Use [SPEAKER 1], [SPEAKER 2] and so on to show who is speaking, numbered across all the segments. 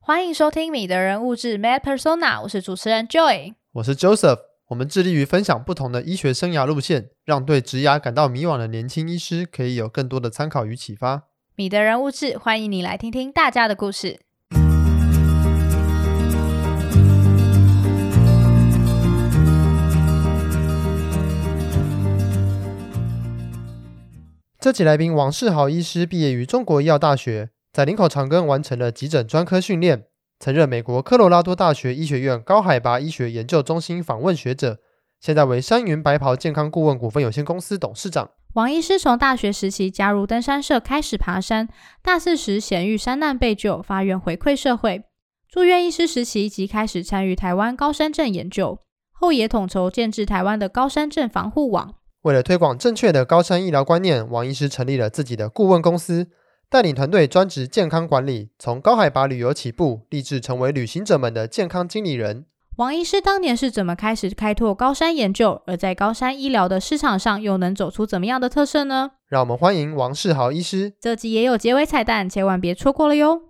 [SPEAKER 1] 欢迎收听《米的人物志 Mad Persona》，我是主持人 Joy。
[SPEAKER 2] 我是 Joseph，我们致力于分享不同的医学生涯路线，让对职涯感到迷惘的年轻医师可以有更多的参考与启发。
[SPEAKER 1] 米的人物志，欢迎你来听听大家的故事。
[SPEAKER 2] 这期来宾王世豪医师毕业于中国医药大学，在林口长庚完成了急诊专科训练，曾任美国科罗拉多大学医学院高海拔医学研究中心访问学者，现在为山云白袍健康顾问股份有限公司董事长。
[SPEAKER 1] 王医师从大学时期加入登山社，开始爬山。大四时险遇山难被救，发愿回馈社会。住院医师时期即开始参与台湾高山症研究，后也统筹建制台湾的高山症防护网。
[SPEAKER 2] 为了推广正确的高山医疗观念，王医师成立了自己的顾问公司，带领团队专职健康管理，从高海拔旅游起步，立志成为旅行者们的健康经理人。
[SPEAKER 1] 王医师当年是怎么开始开拓高山研究，而在高山医疗的市场上又能走出怎么样的特色呢？
[SPEAKER 2] 让我们欢迎王世豪医师。
[SPEAKER 1] 这集也有结尾彩蛋，千万别错过了哟！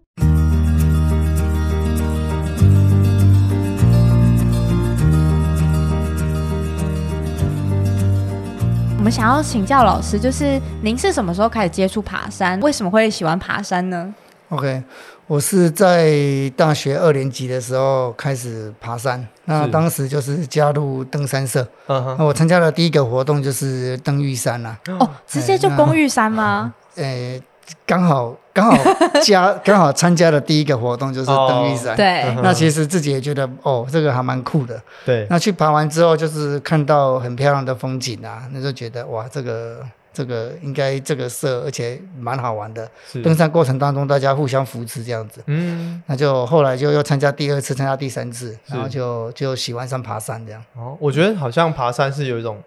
[SPEAKER 1] 我们想要请教老师，就是您是什么时候开始接触爬山？为什么会喜欢爬山呢？
[SPEAKER 3] OK，我是在大学二年级的时候开始爬山，那
[SPEAKER 2] 是
[SPEAKER 3] 当时就是加入登山社，
[SPEAKER 2] 嗯
[SPEAKER 3] 那
[SPEAKER 2] 哼，
[SPEAKER 3] 我参加的第一个活动就是登玉山啦、
[SPEAKER 1] 哦，直接就公寓山吗？
[SPEAKER 3] 诶、刚好刚好 加刚好参加的第一个活动就是
[SPEAKER 2] 哦
[SPEAKER 3] 登玉
[SPEAKER 2] 哎
[SPEAKER 3] 山。
[SPEAKER 2] 嗯
[SPEAKER 1] 对，
[SPEAKER 3] 那其实自己也觉得哦，这个还蛮酷的。
[SPEAKER 2] 对，
[SPEAKER 3] 那去爬完之后，就是看到很漂亮的风景啊，那就觉得哇，这个这个应该这个社，而且蛮好玩的。
[SPEAKER 2] 是
[SPEAKER 3] 登山过程当中，大家互相扶持这样子。
[SPEAKER 2] 嗯，
[SPEAKER 3] 那就后来就又参加第二次，参加第三次，
[SPEAKER 2] 是
[SPEAKER 3] 然后就就喜欢上爬山这样。
[SPEAKER 2] 哦，我觉得好像爬山是有一种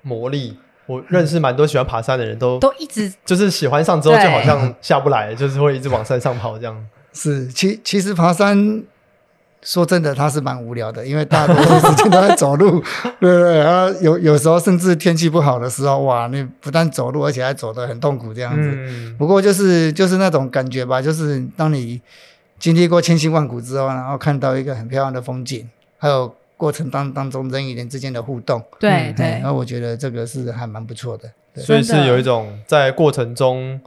[SPEAKER 2] 魔力。我认识蛮多喜欢爬山的人都，
[SPEAKER 1] 都一直
[SPEAKER 2] 就是喜欢上之后
[SPEAKER 1] 对
[SPEAKER 2] 就好像下不来，就是会一直往山上跑这样。
[SPEAKER 3] 是，其其实爬山，说真的，它是蛮无聊的，因为大多数时间都在走路， 对不对？然后有有时候甚至天气不好的时候，哇，你不但走路，而且还走得很痛苦这样子。
[SPEAKER 2] 嗯，
[SPEAKER 3] 不过就是就是那种感觉吧，就是当你经历过千辛万苦之后，然后看到一个很漂亮的风景，还有过程当当中人与人之间的互动，
[SPEAKER 1] 对
[SPEAKER 2] 嗯
[SPEAKER 1] 对
[SPEAKER 3] 然，后我觉得这个是还蛮不错的。
[SPEAKER 2] 所以
[SPEAKER 1] 真的
[SPEAKER 2] 是有一种在过程中，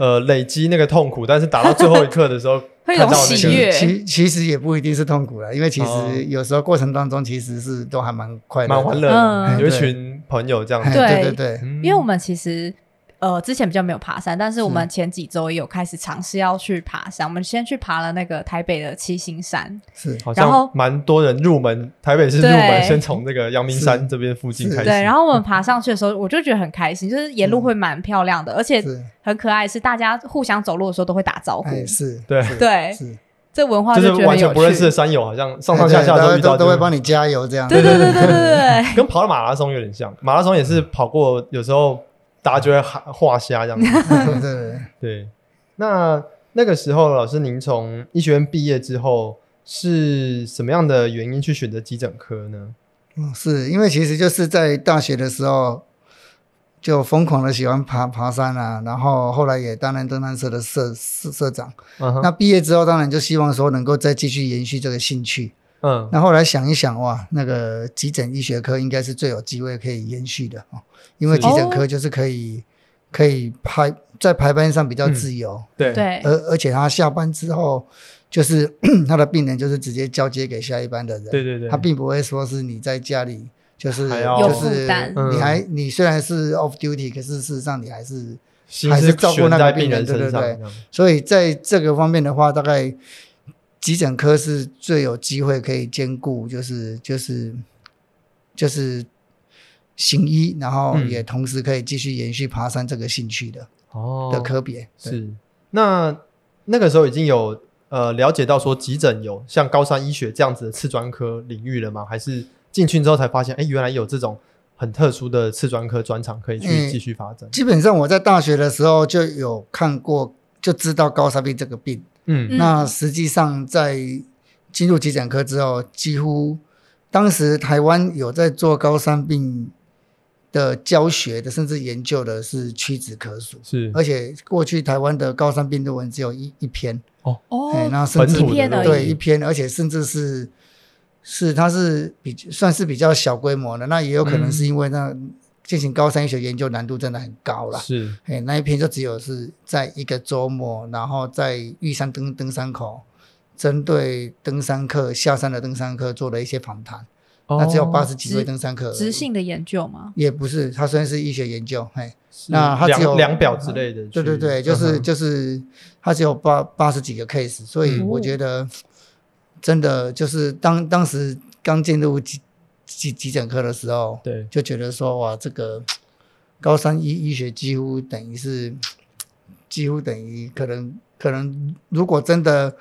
[SPEAKER 2] 呃，累积那个痛苦，但是打到最后一刻的时候，
[SPEAKER 1] 会有一
[SPEAKER 2] 看
[SPEAKER 1] 种
[SPEAKER 2] 到那个
[SPEAKER 1] 喜悦。
[SPEAKER 3] 其其实也不一定是痛苦了，因为其
[SPEAKER 2] 哦
[SPEAKER 3] 实有时候过程当中其实是都还蛮快乐的，
[SPEAKER 2] 蛮欢乐
[SPEAKER 1] 嗯
[SPEAKER 2] 的，有一群朋友这样
[SPEAKER 3] 哎
[SPEAKER 2] 子。
[SPEAKER 1] 对
[SPEAKER 3] 对对对，
[SPEAKER 2] 嗯
[SPEAKER 1] 因为我们其实呃之前比较没有爬山，但是我
[SPEAKER 3] 是
[SPEAKER 1] 们前几周也有开始尝试要去爬山。我们先去爬了那个台北的七星山，
[SPEAKER 3] 是
[SPEAKER 2] 好
[SPEAKER 1] 然后
[SPEAKER 2] 像蛮多人入门，台北是入门，
[SPEAKER 1] 对
[SPEAKER 2] 先从这个阳明山
[SPEAKER 3] 是
[SPEAKER 2] 这边附近
[SPEAKER 3] 是
[SPEAKER 2] 开始。
[SPEAKER 1] 对，然后我们爬上去的时候，我就觉得很开心，就是沿路会蛮漂亮的，而且
[SPEAKER 3] 是，
[SPEAKER 1] 很可爱，是大家互相走路的时候都会打招呼。
[SPEAKER 3] 哎是，
[SPEAKER 2] 对
[SPEAKER 3] 是
[SPEAKER 1] 对，
[SPEAKER 3] 是，
[SPEAKER 1] 这文化
[SPEAKER 2] 就
[SPEAKER 1] 就是觉得
[SPEAKER 2] 完
[SPEAKER 1] 很
[SPEAKER 2] 全
[SPEAKER 1] 有
[SPEAKER 2] 不认识
[SPEAKER 1] 趣
[SPEAKER 2] 的。山友，好像上上下下都
[SPEAKER 3] 哎对大
[SPEAKER 2] 遇
[SPEAKER 3] 家
[SPEAKER 2] 到，
[SPEAKER 3] 都都会
[SPEAKER 2] 就是
[SPEAKER 3] 帮你加油这样，
[SPEAKER 1] 对对对对对对对，
[SPEAKER 2] 跟跑马拉松有点像。马拉松也是跑过，有时候大家就会喊画虾 这样子。
[SPEAKER 3] 对对，
[SPEAKER 2] 对，那那个时候老师，您从医学院毕业之后是什么样的原因去选择急诊科呢？
[SPEAKER 3] 嗯是因为其实就是在大学的时候。就疯狂的喜欢爬爬山啊，然后后来也担任登山社的社社社长。
[SPEAKER 2] 嗯哼
[SPEAKER 3] 那毕业之后，当然就希望说能够再继续延续这个兴趣。
[SPEAKER 2] 嗯，
[SPEAKER 3] 那后来想一想，哇，那个急诊医学科应该是最有机会可以延续的哦，因为
[SPEAKER 2] 是
[SPEAKER 3] 急诊科就是可以可以排在排班上比较自由，
[SPEAKER 2] 嗯 对
[SPEAKER 1] 对
[SPEAKER 3] 而而且他下班之后，就是 他的病人就是直接交接给下一班的人，
[SPEAKER 2] 对对对
[SPEAKER 3] 他并不会说是你在家里就是
[SPEAKER 2] 还要
[SPEAKER 3] 就
[SPEAKER 1] 有负
[SPEAKER 3] 是
[SPEAKER 1] 担
[SPEAKER 2] 嗯
[SPEAKER 3] 你还你虽然是 off duty，可是事实上你还是
[SPEAKER 2] 心
[SPEAKER 3] 还
[SPEAKER 2] 是
[SPEAKER 3] 是照顾
[SPEAKER 2] 悬
[SPEAKER 3] 那
[SPEAKER 2] 在
[SPEAKER 3] 个
[SPEAKER 2] 病
[SPEAKER 3] 病
[SPEAKER 2] 人
[SPEAKER 3] 人
[SPEAKER 2] 身上
[SPEAKER 3] 对
[SPEAKER 2] 这
[SPEAKER 3] 对对
[SPEAKER 2] 样。
[SPEAKER 3] 所以在这个方面的话，大概急诊科是最有机会可以兼顾，就是就是就是行医，然后
[SPEAKER 2] 嗯
[SPEAKER 3] 也同时可以继续延续爬山这个兴趣的、
[SPEAKER 2] 哦
[SPEAKER 3] 的科别。对
[SPEAKER 2] 是，那那个时候已经有呃了解到说急诊有像高山医学这样子的次专科领域了吗？还是进去之后才发现，哎、原来有这种很特殊的次专科专长可以去
[SPEAKER 3] 嗯
[SPEAKER 2] 继续发展？
[SPEAKER 3] 基本上我在大学的时候就有看过，就知道高山病这个病。
[SPEAKER 2] 嗯
[SPEAKER 1] 嗯
[SPEAKER 3] 那实际上在进入急诊科之后，几乎当时台湾有在做高山病的教学的，甚至研究的是屈指可数。
[SPEAKER 2] 是
[SPEAKER 3] 而且过去台湾的高山病论文只有一一篇，哎，
[SPEAKER 4] 哦，
[SPEAKER 3] 那甚至
[SPEAKER 4] 一片而已
[SPEAKER 3] 对一篇，而且甚至是是它是比算是比较小规模的，那也有可能是因为那进行高山医学研究难度真的很高啦。
[SPEAKER 2] 是
[SPEAKER 3] 哎，那一篇就只有是在一个周末，然后在玉山登登山口，针对登山客下山的登山客做了一些访谈，那
[SPEAKER 2] 哦
[SPEAKER 3] 只有八十几位
[SPEAKER 4] 直
[SPEAKER 3] 登山客而已，
[SPEAKER 4] 直性的研究吗？
[SPEAKER 3] 也不是，它虽然是医学研究，嘿，
[SPEAKER 2] 那
[SPEAKER 3] 那它只有
[SPEAKER 2] 哦量表之类的去，
[SPEAKER 3] 对对对，就是、
[SPEAKER 2] 嗯哼
[SPEAKER 3] 就是，它只有八八十几个 case，所以
[SPEAKER 2] 嗯
[SPEAKER 3] 我觉得真的就是当当时刚进入急急急诊科的时候，
[SPEAKER 2] 对
[SPEAKER 3] 就觉得说哇，这个高三医医学几乎等于是几乎等于可能可能如果真的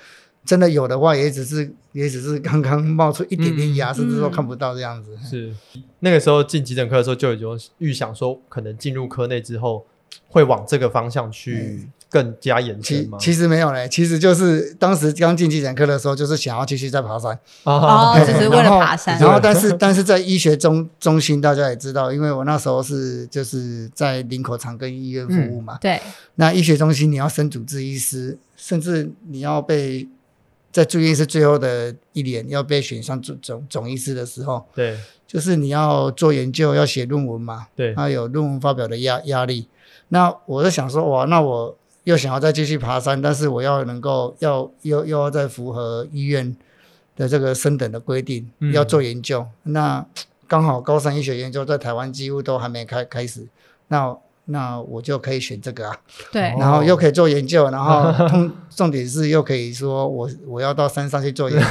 [SPEAKER 3] 真的有的话，也只是也只是刚刚冒出一点点芽，甚至都
[SPEAKER 4] 嗯
[SPEAKER 3] 看不到这样子。
[SPEAKER 2] 是那个时候进急诊科的时候就已经预想说，可能进入科内之后会往这个方向去更加延伸
[SPEAKER 3] 嗯其
[SPEAKER 2] 吗？
[SPEAKER 3] 其实没有嘞，其实就是当时刚进急诊科的时候，就是想要继续再爬山，
[SPEAKER 2] 啊
[SPEAKER 4] 哦，只是为了
[SPEAKER 3] 然后
[SPEAKER 4] 爬山
[SPEAKER 3] 然后，但是但是在医学中中心，大家也知道，因为我那时候是就是在林口长庚医院服务嘛。
[SPEAKER 1] 嗯
[SPEAKER 4] 对，
[SPEAKER 3] 那医学中心你要升主治医师，甚至你要被在住院医师最后的一年要被选上总总总医师的时候，
[SPEAKER 2] 对
[SPEAKER 3] 就是你要做研究，要写论文嘛，
[SPEAKER 2] 对
[SPEAKER 3] 那有论文发表的压压力。那我就想说，哇，那我又想要再继续爬山，但是我要能够要又又要再符合医院的这个升等的规定，
[SPEAKER 2] 嗯
[SPEAKER 3] 要做研究。那刚好高山医学研究在台湾几乎都还没开开始，那那我就可以选这个啊，
[SPEAKER 4] 对
[SPEAKER 2] 哦，
[SPEAKER 3] 然后又可以做研究，然后重重点是又可以说我我要到山上去做研究，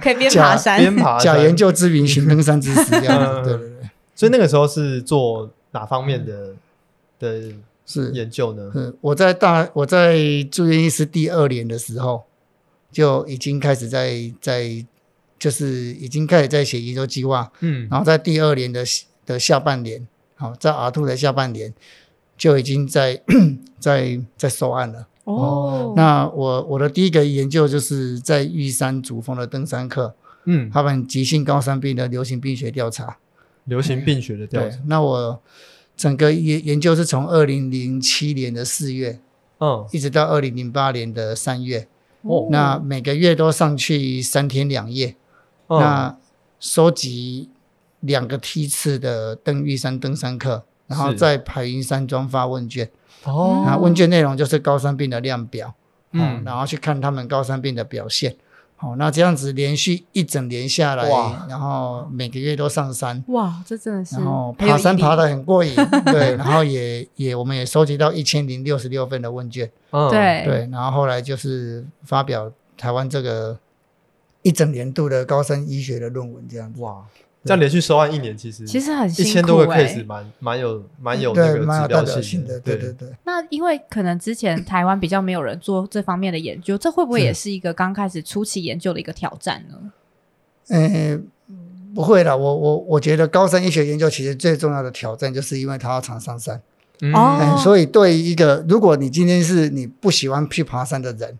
[SPEAKER 4] 可以边
[SPEAKER 3] 假
[SPEAKER 4] 爬山
[SPEAKER 2] 边爬
[SPEAKER 3] 假
[SPEAKER 2] 山
[SPEAKER 3] 研究之名，行登山之实这样
[SPEAKER 2] 嗯
[SPEAKER 3] 子，对对对，
[SPEAKER 2] 所以那个时候是做哪方面的的
[SPEAKER 4] 嗯
[SPEAKER 3] 是。
[SPEAKER 2] 研究呢？
[SPEAKER 3] 嗯，我在大我在住院医师第二年的时候，就已经开始在在就是已经开始在写研究计划，
[SPEAKER 2] 嗯，
[SPEAKER 3] 然后在第二年的的下半年，好，在 R two 的下半年就已经在 在在收案了。
[SPEAKER 4] 哦，
[SPEAKER 3] 那我我的第一个研究就是在玉山主峰的登山客，
[SPEAKER 2] 嗯，
[SPEAKER 3] 他们急性高山病的流行病学调查。
[SPEAKER 2] 流行病学的调
[SPEAKER 3] 对
[SPEAKER 2] 查，，
[SPEAKER 3] 那我整个研研究是从二零零七年的四月
[SPEAKER 2] 嗯，
[SPEAKER 3] 一直到二零零八年的三月，
[SPEAKER 4] 哦
[SPEAKER 3] 那每个月都上去三天两夜，
[SPEAKER 2] 嗯
[SPEAKER 4] 哦
[SPEAKER 3] 那收集两个梯次的登玉山登山客，然后
[SPEAKER 2] 是
[SPEAKER 3] 在排云山庄发问卷，
[SPEAKER 2] 哦，
[SPEAKER 3] 那问卷内容就是高山病的量表，
[SPEAKER 2] 嗯
[SPEAKER 3] 嗯，然后去看他们高山病的表现。好、那这样子连续一整年下来
[SPEAKER 2] 哇，
[SPEAKER 3] 然后每个月都上山，
[SPEAKER 4] 哇，这真的是
[SPEAKER 3] 然后
[SPEAKER 4] 很有
[SPEAKER 3] 爬山
[SPEAKER 4] 毅力
[SPEAKER 3] 爬得很过瘾， 对，然后也也我们也收集到一千零六十六份的问卷，
[SPEAKER 2] 嗯，
[SPEAKER 4] 对
[SPEAKER 3] 对，然后后来就是发表台湾这个一整年度的高山医学的论文这样子。
[SPEAKER 2] 哇，这样连续收案一年，其实
[SPEAKER 4] 其实很
[SPEAKER 2] 一
[SPEAKER 4] 辛苦、欸，
[SPEAKER 2] 千多个 case 蛮蛮有蛮有那
[SPEAKER 3] 对，
[SPEAKER 2] 个
[SPEAKER 3] 蛮有
[SPEAKER 2] 指
[SPEAKER 3] 代
[SPEAKER 2] 标
[SPEAKER 3] 表
[SPEAKER 2] 性
[SPEAKER 3] 性的，对
[SPEAKER 2] 对
[SPEAKER 3] 对对，
[SPEAKER 4] 那因为可能之前台湾比较没有人做这方面的研究，这会不会也是一个刚开始初期研究的一个挑战呢？
[SPEAKER 3] 嗯，不会啦，我我我觉得高山医学研究其实最重要的挑战，就是因为它要常上山，
[SPEAKER 2] 嗯
[SPEAKER 4] 哦
[SPEAKER 3] 哎，所以对于一个如果你今天是你不喜欢去爬山的人，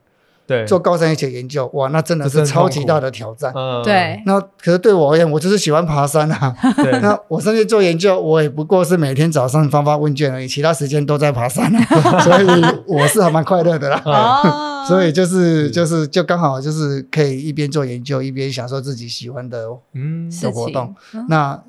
[SPEAKER 2] 对，
[SPEAKER 3] 做高山医学研究，哇，那真的
[SPEAKER 2] 这真
[SPEAKER 3] 是
[SPEAKER 2] 的很痛
[SPEAKER 3] 超
[SPEAKER 2] 苦
[SPEAKER 3] 级大的挑战。
[SPEAKER 2] 嗯
[SPEAKER 4] 对，
[SPEAKER 3] 那可是对我而言，我就是喜欢爬山啊。
[SPEAKER 2] 对，
[SPEAKER 3] 那我甚至做研究，我也不过是每天早上发发问卷而已，其他时间都在爬山、啊所以我是还蛮快乐的啦。
[SPEAKER 2] 嗯
[SPEAKER 4] 哦
[SPEAKER 3] 所以就是
[SPEAKER 2] 是
[SPEAKER 3] 就是就刚好就是可以一边做研究，一边享受自己喜欢的。
[SPEAKER 2] 嗯
[SPEAKER 4] 事情
[SPEAKER 3] 活动
[SPEAKER 4] 嗯
[SPEAKER 3] 那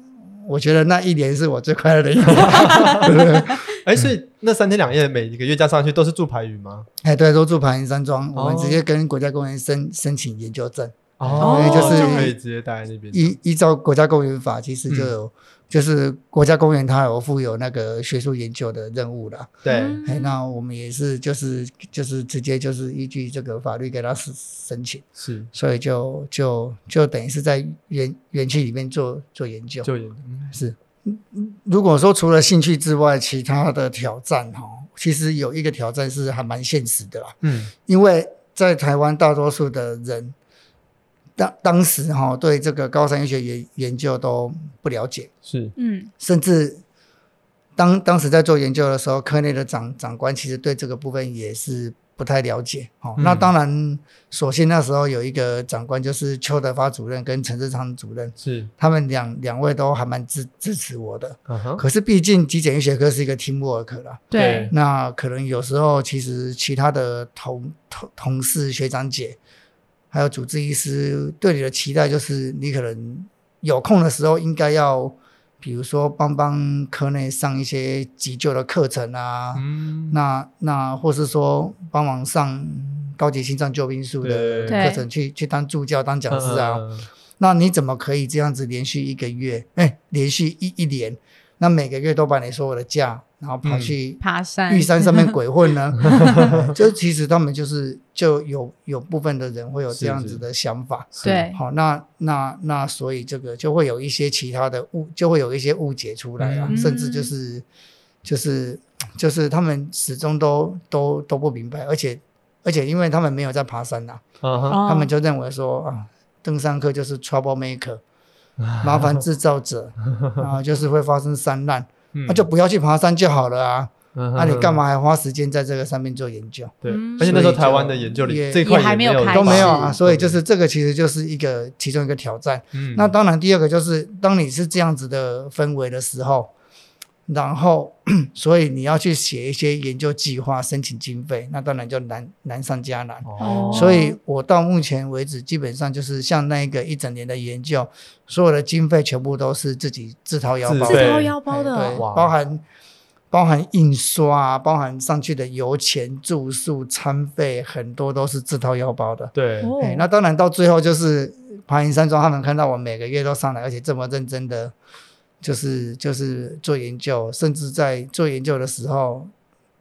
[SPEAKER 3] 我觉得那一年是我最快乐的一年。
[SPEAKER 2] 哎，所以那三天两夜每一个月加上去都是住排云吗？
[SPEAKER 3] 哎，对，都住盘云山庄，我们
[SPEAKER 2] 哦
[SPEAKER 3] 直接跟国家公园申申请研究证，
[SPEAKER 2] 哦
[SPEAKER 4] 因为就是
[SPEAKER 2] 可以直接待在那边，
[SPEAKER 3] 依依照国家公园法，其实就有、
[SPEAKER 2] 嗯
[SPEAKER 3] 就是国家公园它有负有那个学术研究的任务啦。
[SPEAKER 2] 对，
[SPEAKER 4] 嗯
[SPEAKER 3] 哎，那我们也是，就是就是直接就是依据这个法律给他申申请，
[SPEAKER 2] 是
[SPEAKER 3] 所以就就就等于是在园园区里面做做研究。
[SPEAKER 2] 就也嗯
[SPEAKER 3] 是，嗯如果说除了兴趣之外，其他的挑战哈、哦，其实有一个挑战是还蛮现实的啦，
[SPEAKER 2] 嗯
[SPEAKER 3] 因为在台湾大多数的人。当当时哈、对这个高山医学研研究都不了解，
[SPEAKER 2] 是
[SPEAKER 4] 嗯
[SPEAKER 3] 甚至当当时在做研究的时候，科内的长长官其实对这个部分也是不不太了解。哦，
[SPEAKER 2] 嗯
[SPEAKER 3] 那当然，所幸那时候有一个长官，就是邱德发主任跟陈志昌主任，
[SPEAKER 2] 是，
[SPEAKER 3] 他们两两位都还蛮支支持我的。
[SPEAKER 2] 嗯哼，
[SPEAKER 3] 可是毕竟急诊医学科是一个 teamwork 啦，
[SPEAKER 4] 对
[SPEAKER 2] 对，
[SPEAKER 3] 那可能有时候其实其他的同同同事、学长姐，还有主治医师对你的期待就是，你可能有空的时候应该要，比如说帮帮科内上一些急救的课程啊，
[SPEAKER 2] 嗯，
[SPEAKER 3] 那那或是说帮忙上高级心脏救命术的
[SPEAKER 2] 对
[SPEAKER 4] 对
[SPEAKER 3] 课程，去去当助教、当讲师啊。
[SPEAKER 2] 嗯，
[SPEAKER 3] 那你怎么可以这样子连续一个月，哎，连续一一年，那每个月都把你所有的假，然后跑
[SPEAKER 2] 嗯
[SPEAKER 3] 去
[SPEAKER 4] 爬山，
[SPEAKER 3] 玉山上面鬼混呢？ 就其实他们就是就有有部分的人会有这样子的想法。
[SPEAKER 2] 是
[SPEAKER 4] 对
[SPEAKER 3] 好，那那那，所以这个就会有一些其他的误，就会有一些误解出来啊，
[SPEAKER 2] 嗯
[SPEAKER 3] 甚至就是就是就是他们始终都都都不明白，而且而且因为他们没有在爬山呐、啊
[SPEAKER 2] 嗯哼，
[SPEAKER 4] 哦
[SPEAKER 3] 他们就认为说啊，登山客就是 trouble maker，麻烦制造者，然后就是会发生山难，啊
[SPEAKER 2] 嗯
[SPEAKER 3] 那、就不要去爬山就好了啊。
[SPEAKER 2] 嗯哼
[SPEAKER 3] 那、你干？嘛还花时间在这个上面做研究？
[SPEAKER 2] 对
[SPEAKER 4] 嗯，
[SPEAKER 2] 而且那时候
[SPEAKER 3] 所以就
[SPEAKER 2] 台湾的研究
[SPEAKER 3] 也
[SPEAKER 2] 里这一块
[SPEAKER 4] 也还没
[SPEAKER 2] 没
[SPEAKER 4] 有开始
[SPEAKER 3] 都没有
[SPEAKER 4] 还
[SPEAKER 3] 啊，
[SPEAKER 4] 是
[SPEAKER 3] 所以就是这个其实就是一个其中一个挑战。
[SPEAKER 2] 嗯
[SPEAKER 3] 那当然，第二个就是当你是这样子的氛围的时候，然后 所以你要去写一些研究计划、申请经费，那当然就难难上加难。
[SPEAKER 4] 哦
[SPEAKER 3] 所以我到目前为止，基本上就是像那个一整年的研究，所有的经费全部都是自己自掏腰包
[SPEAKER 4] 自
[SPEAKER 2] 自费
[SPEAKER 4] 哦掏腰包的
[SPEAKER 3] 哎对，
[SPEAKER 4] 哦，
[SPEAKER 2] 哇
[SPEAKER 3] 包含包含印刷啊，包含上去的油钱、住宿、餐费，很多都是自掏腰包的。
[SPEAKER 2] 对，
[SPEAKER 4] 哦
[SPEAKER 3] 哎，那当然到最后就是爬云山庄，他们看到我每个月都上来，而且这么认真的，就是就是做研究，甚至在做研究的时候，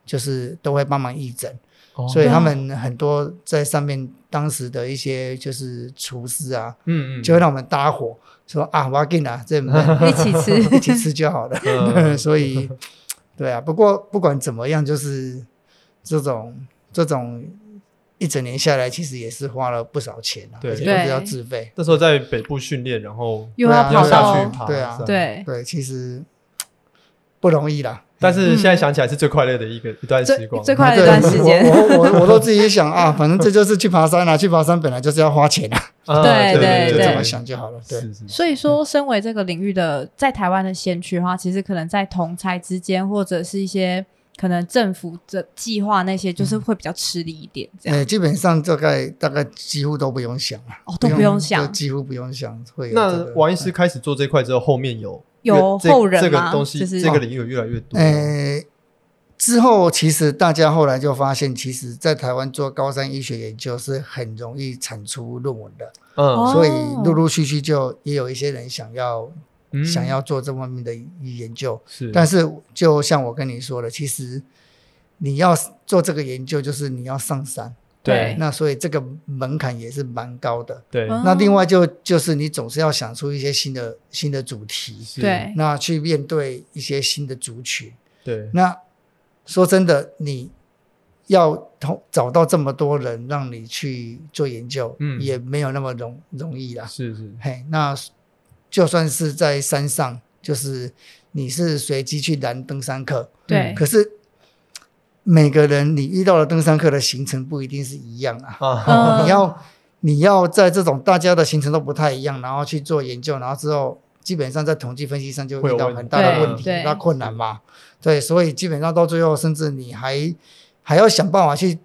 [SPEAKER 3] 就是都会帮忙义诊。
[SPEAKER 2] 哦
[SPEAKER 3] 所以
[SPEAKER 4] 对
[SPEAKER 3] 他们很多在上面当时的一些就是厨师啊，
[SPEAKER 2] 嗯嗯，
[SPEAKER 3] 就会让我们搭伙说啊，我要进啊，这门
[SPEAKER 4] 一起
[SPEAKER 3] 一
[SPEAKER 4] 吃，
[SPEAKER 3] 起吃就好了。
[SPEAKER 2] 嗯
[SPEAKER 3] 呃所以，对啊，不过不管怎么样，就是这种这种一整年下来，其实也是花了不少钱啊，
[SPEAKER 2] 对
[SPEAKER 3] 而且都
[SPEAKER 4] 对
[SPEAKER 3] 是要自费。
[SPEAKER 2] 那时候在北部训练，然后
[SPEAKER 1] 嗯
[SPEAKER 4] 又要
[SPEAKER 3] 对啊
[SPEAKER 4] 跑
[SPEAKER 2] 下
[SPEAKER 4] 到
[SPEAKER 2] 去爬，
[SPEAKER 3] 对啊
[SPEAKER 2] 是吧，
[SPEAKER 4] 对
[SPEAKER 3] 对，其实不容易啦。
[SPEAKER 2] 但是现在想起来是最快乐的一个一段时
[SPEAKER 4] 最
[SPEAKER 2] 光，
[SPEAKER 4] 最快的
[SPEAKER 3] 对
[SPEAKER 4] 一段时间，
[SPEAKER 3] 我我我我都自己想啊，反正这就是去爬山啦、啊去爬山本来就是要花钱啊，
[SPEAKER 2] 啊
[SPEAKER 4] 对
[SPEAKER 2] 对
[SPEAKER 4] 对
[SPEAKER 3] 就
[SPEAKER 4] 对
[SPEAKER 3] 这么想就好了。对，
[SPEAKER 2] 是是，
[SPEAKER 4] 所以说，身为这个领域的在台湾的先驱的话，其实可能在同才之间，或者是一些可能政府的计划那些，
[SPEAKER 3] 嗯
[SPEAKER 4] 就是会比较吃力一点，这样、
[SPEAKER 3] 呃，基本上大概大概几乎都不用想啊，
[SPEAKER 4] 哦都不用想
[SPEAKER 3] 就几乎不用想会有这
[SPEAKER 2] 那
[SPEAKER 3] 个
[SPEAKER 2] 王医师开始做这块之后，后面有越
[SPEAKER 4] 有
[SPEAKER 2] 这
[SPEAKER 4] 后人
[SPEAKER 2] 这个
[SPEAKER 4] 吗
[SPEAKER 2] 东西，
[SPEAKER 4] 就是哦
[SPEAKER 2] 这个领域有越来越
[SPEAKER 4] 啊
[SPEAKER 2] 多。
[SPEAKER 3] 呃，之后其实大家后来就发现，其实在台湾做高山医学研究是很容易产出论文的，
[SPEAKER 4] 哦
[SPEAKER 2] 嗯
[SPEAKER 3] 所以陆陆续续就也有一些人想要、
[SPEAKER 2] 嗯
[SPEAKER 3] 想要做这方面的研究。
[SPEAKER 2] 是，
[SPEAKER 3] 但是就像我跟你说的，其实你要做这个研究，就是你要上山，
[SPEAKER 4] 对
[SPEAKER 3] 那所以这个门槛也是蛮高的。
[SPEAKER 2] 对
[SPEAKER 4] 嗯
[SPEAKER 3] 那另外就就是你总是要想出一些新的新的主题，
[SPEAKER 2] 是
[SPEAKER 4] 对
[SPEAKER 3] 那去面对一些新的族群。
[SPEAKER 2] 对
[SPEAKER 3] 那说真的，你要同找到这么多人让你去做研究，
[SPEAKER 2] 嗯
[SPEAKER 3] 也没有那么容容易啦。
[SPEAKER 2] 是是
[SPEAKER 3] 嘿，那就算是在山上，就是你是随机去拦登山客，
[SPEAKER 4] 对
[SPEAKER 3] 可是每个人你遇到的登山客的行程不一定是一样啊。
[SPEAKER 2] 啊，
[SPEAKER 4] 嗯
[SPEAKER 3] 你要你要在这种大家的行程都不太一样，然后去做研究，然后之后基本上在统计分析上就
[SPEAKER 2] 会有
[SPEAKER 3] 遇到
[SPEAKER 2] 问
[SPEAKER 3] 很
[SPEAKER 2] 题
[SPEAKER 3] 大的
[SPEAKER 4] 对
[SPEAKER 3] 问题、
[SPEAKER 4] 对
[SPEAKER 3] 很大困难嘛。对，所以基本上到最后，甚至你还还要想办法去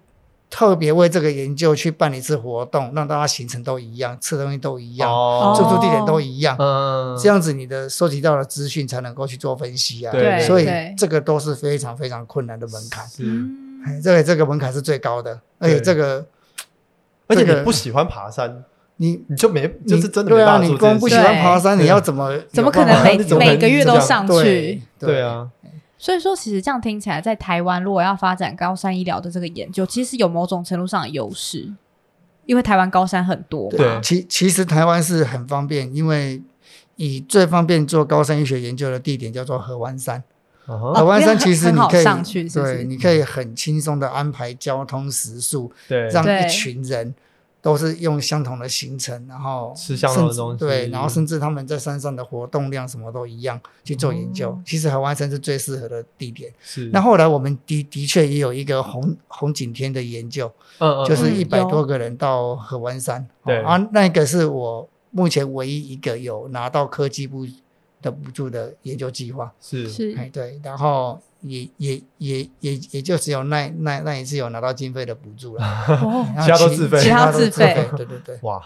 [SPEAKER 3] 特别为这个研究去办一次活动，让大家行程都一样，吃的东西都一样，
[SPEAKER 2] 哦
[SPEAKER 3] 住宿地点都一样，
[SPEAKER 2] 嗯
[SPEAKER 3] 这样子你的收集到的资讯才能够去做分析啊。
[SPEAKER 2] 对
[SPEAKER 3] 所以
[SPEAKER 4] 对
[SPEAKER 3] 这个都是非常非常困难的门槛。
[SPEAKER 2] 是，
[SPEAKER 4] 嗯
[SPEAKER 3] 哎这个这个门槛是最高的，而且
[SPEAKER 2] 对
[SPEAKER 3] 这个
[SPEAKER 2] 而且
[SPEAKER 3] 这个
[SPEAKER 2] 你不喜欢爬山，
[SPEAKER 3] 你
[SPEAKER 2] 你就没
[SPEAKER 3] 你
[SPEAKER 2] 就是真的
[SPEAKER 3] 对
[SPEAKER 2] 没
[SPEAKER 3] 啊，
[SPEAKER 2] 办法
[SPEAKER 3] 你
[SPEAKER 2] 做
[SPEAKER 3] 光
[SPEAKER 2] 这
[SPEAKER 3] 不
[SPEAKER 2] 件
[SPEAKER 3] 喜
[SPEAKER 2] 事。啊
[SPEAKER 3] 欢
[SPEAKER 4] 对
[SPEAKER 3] 爬山，你要怎么
[SPEAKER 4] 怎
[SPEAKER 3] 有
[SPEAKER 4] 么可
[SPEAKER 3] 办
[SPEAKER 4] 能
[SPEAKER 3] 法
[SPEAKER 4] 每
[SPEAKER 2] 你怎么可能
[SPEAKER 4] 每个月
[SPEAKER 2] 这
[SPEAKER 4] 都
[SPEAKER 2] 样
[SPEAKER 4] 上
[SPEAKER 3] 对
[SPEAKER 4] 去？
[SPEAKER 2] 对，啊，
[SPEAKER 4] 所以说，其实这样听起来，在台湾如果要发展高山医疗的这个研究，其实有某种程度上的优势，因为台湾高山很多嘛。
[SPEAKER 2] 对
[SPEAKER 3] 其其实台湾是很方便，因为以最方便做高山医学研究的地点叫做合湾山。
[SPEAKER 2] 嗯
[SPEAKER 4] 哦
[SPEAKER 2] 哼
[SPEAKER 3] 合湾
[SPEAKER 4] 因为
[SPEAKER 3] 山
[SPEAKER 4] 很
[SPEAKER 3] 其实
[SPEAKER 4] 很
[SPEAKER 3] 你
[SPEAKER 4] 好
[SPEAKER 3] 可以
[SPEAKER 4] 上去是不是
[SPEAKER 3] 对，你可以很轻松的安排交通食宿，
[SPEAKER 2] 对
[SPEAKER 3] 让
[SPEAKER 4] 对
[SPEAKER 3] 一群人都是用相同的行程，然后
[SPEAKER 2] 吃相同的
[SPEAKER 3] 甚至
[SPEAKER 2] 东西
[SPEAKER 3] 对，然后甚至他们在山上的活动量什么都一样去做研究。
[SPEAKER 4] 哦
[SPEAKER 3] 其实合欢山是最适合的地点。
[SPEAKER 2] 是，
[SPEAKER 3] 那后来我们的的确也有一个红红景天的研究，
[SPEAKER 2] 嗯嗯，
[SPEAKER 3] 就是
[SPEAKER 4] 嗯
[SPEAKER 3] 一百
[SPEAKER 4] 有
[SPEAKER 3] 多个人到合欢山，
[SPEAKER 2] 对
[SPEAKER 3] 啊，那个是我目前唯一一个有拿到科技部的补助的研究计划，
[SPEAKER 2] 是
[SPEAKER 4] 是
[SPEAKER 3] 哎，对，然后也也也也也就只有那那那一次有拿到经费的补 助了，
[SPEAKER 4] 哦，
[SPEAKER 3] 然后
[SPEAKER 2] 其他都自费
[SPEAKER 3] 其
[SPEAKER 4] 其他都
[SPEAKER 3] 他都
[SPEAKER 4] 自
[SPEAKER 3] 自
[SPEAKER 4] 费
[SPEAKER 3] 费，对对对，
[SPEAKER 2] 哇，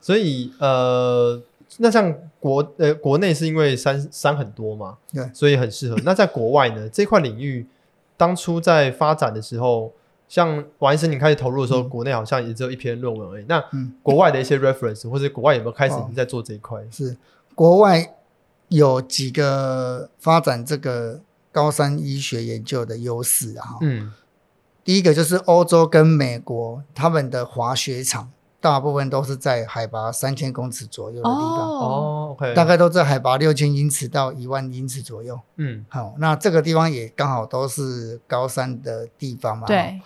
[SPEAKER 2] 所以呃，那像国呃国内是因为山山很多嘛，
[SPEAKER 3] 对
[SPEAKER 2] 所以很适合。那在国外呢，这块领域当初在发展的时候，像王医生你开始投入的时候，国内好像也只有一篇论文而已。那
[SPEAKER 3] 嗯
[SPEAKER 2] 国外的一些 reference 或者国外有没有开始已
[SPEAKER 3] 哦
[SPEAKER 2] 经在做这一块？
[SPEAKER 3] 是国外有几个发展这个高山医学研究的优势啊，哈
[SPEAKER 2] 嗯，
[SPEAKER 3] 第一个就是欧洲跟美国，他们的滑雪场大部分都是在海拔三千公尺左右的地方，
[SPEAKER 4] 哦，
[SPEAKER 2] 哦，OK，
[SPEAKER 3] 大概都在海拔六千英尺到一万英尺左右。
[SPEAKER 2] 嗯
[SPEAKER 3] 好，那这个地方也刚好都是高山的地方嘛。
[SPEAKER 4] 对，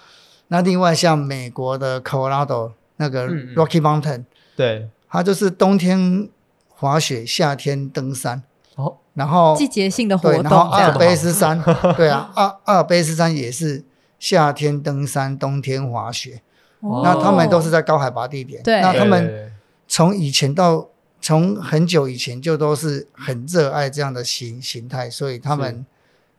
[SPEAKER 3] 那另外像美国的 Colorado 那个
[SPEAKER 2] 嗯嗯
[SPEAKER 3] Rocky Mountain，、
[SPEAKER 2] 对，
[SPEAKER 3] 它就是冬天滑雪，夏天登山，
[SPEAKER 2] 哦
[SPEAKER 3] 然后
[SPEAKER 4] 季节性的活
[SPEAKER 3] 对，
[SPEAKER 4] 动
[SPEAKER 3] 然后
[SPEAKER 4] 这
[SPEAKER 3] 阿尔
[SPEAKER 4] 样，
[SPEAKER 3] 卑斯 山，对啊，阿阿尔卑斯山也是夏天登山，冬天滑雪。
[SPEAKER 4] 哦
[SPEAKER 3] 那他们都是在高海拔地点，
[SPEAKER 4] 对
[SPEAKER 3] 那他们
[SPEAKER 2] 对
[SPEAKER 3] 从以前到从很久以前就都是很热爱这样的形形态，所以他们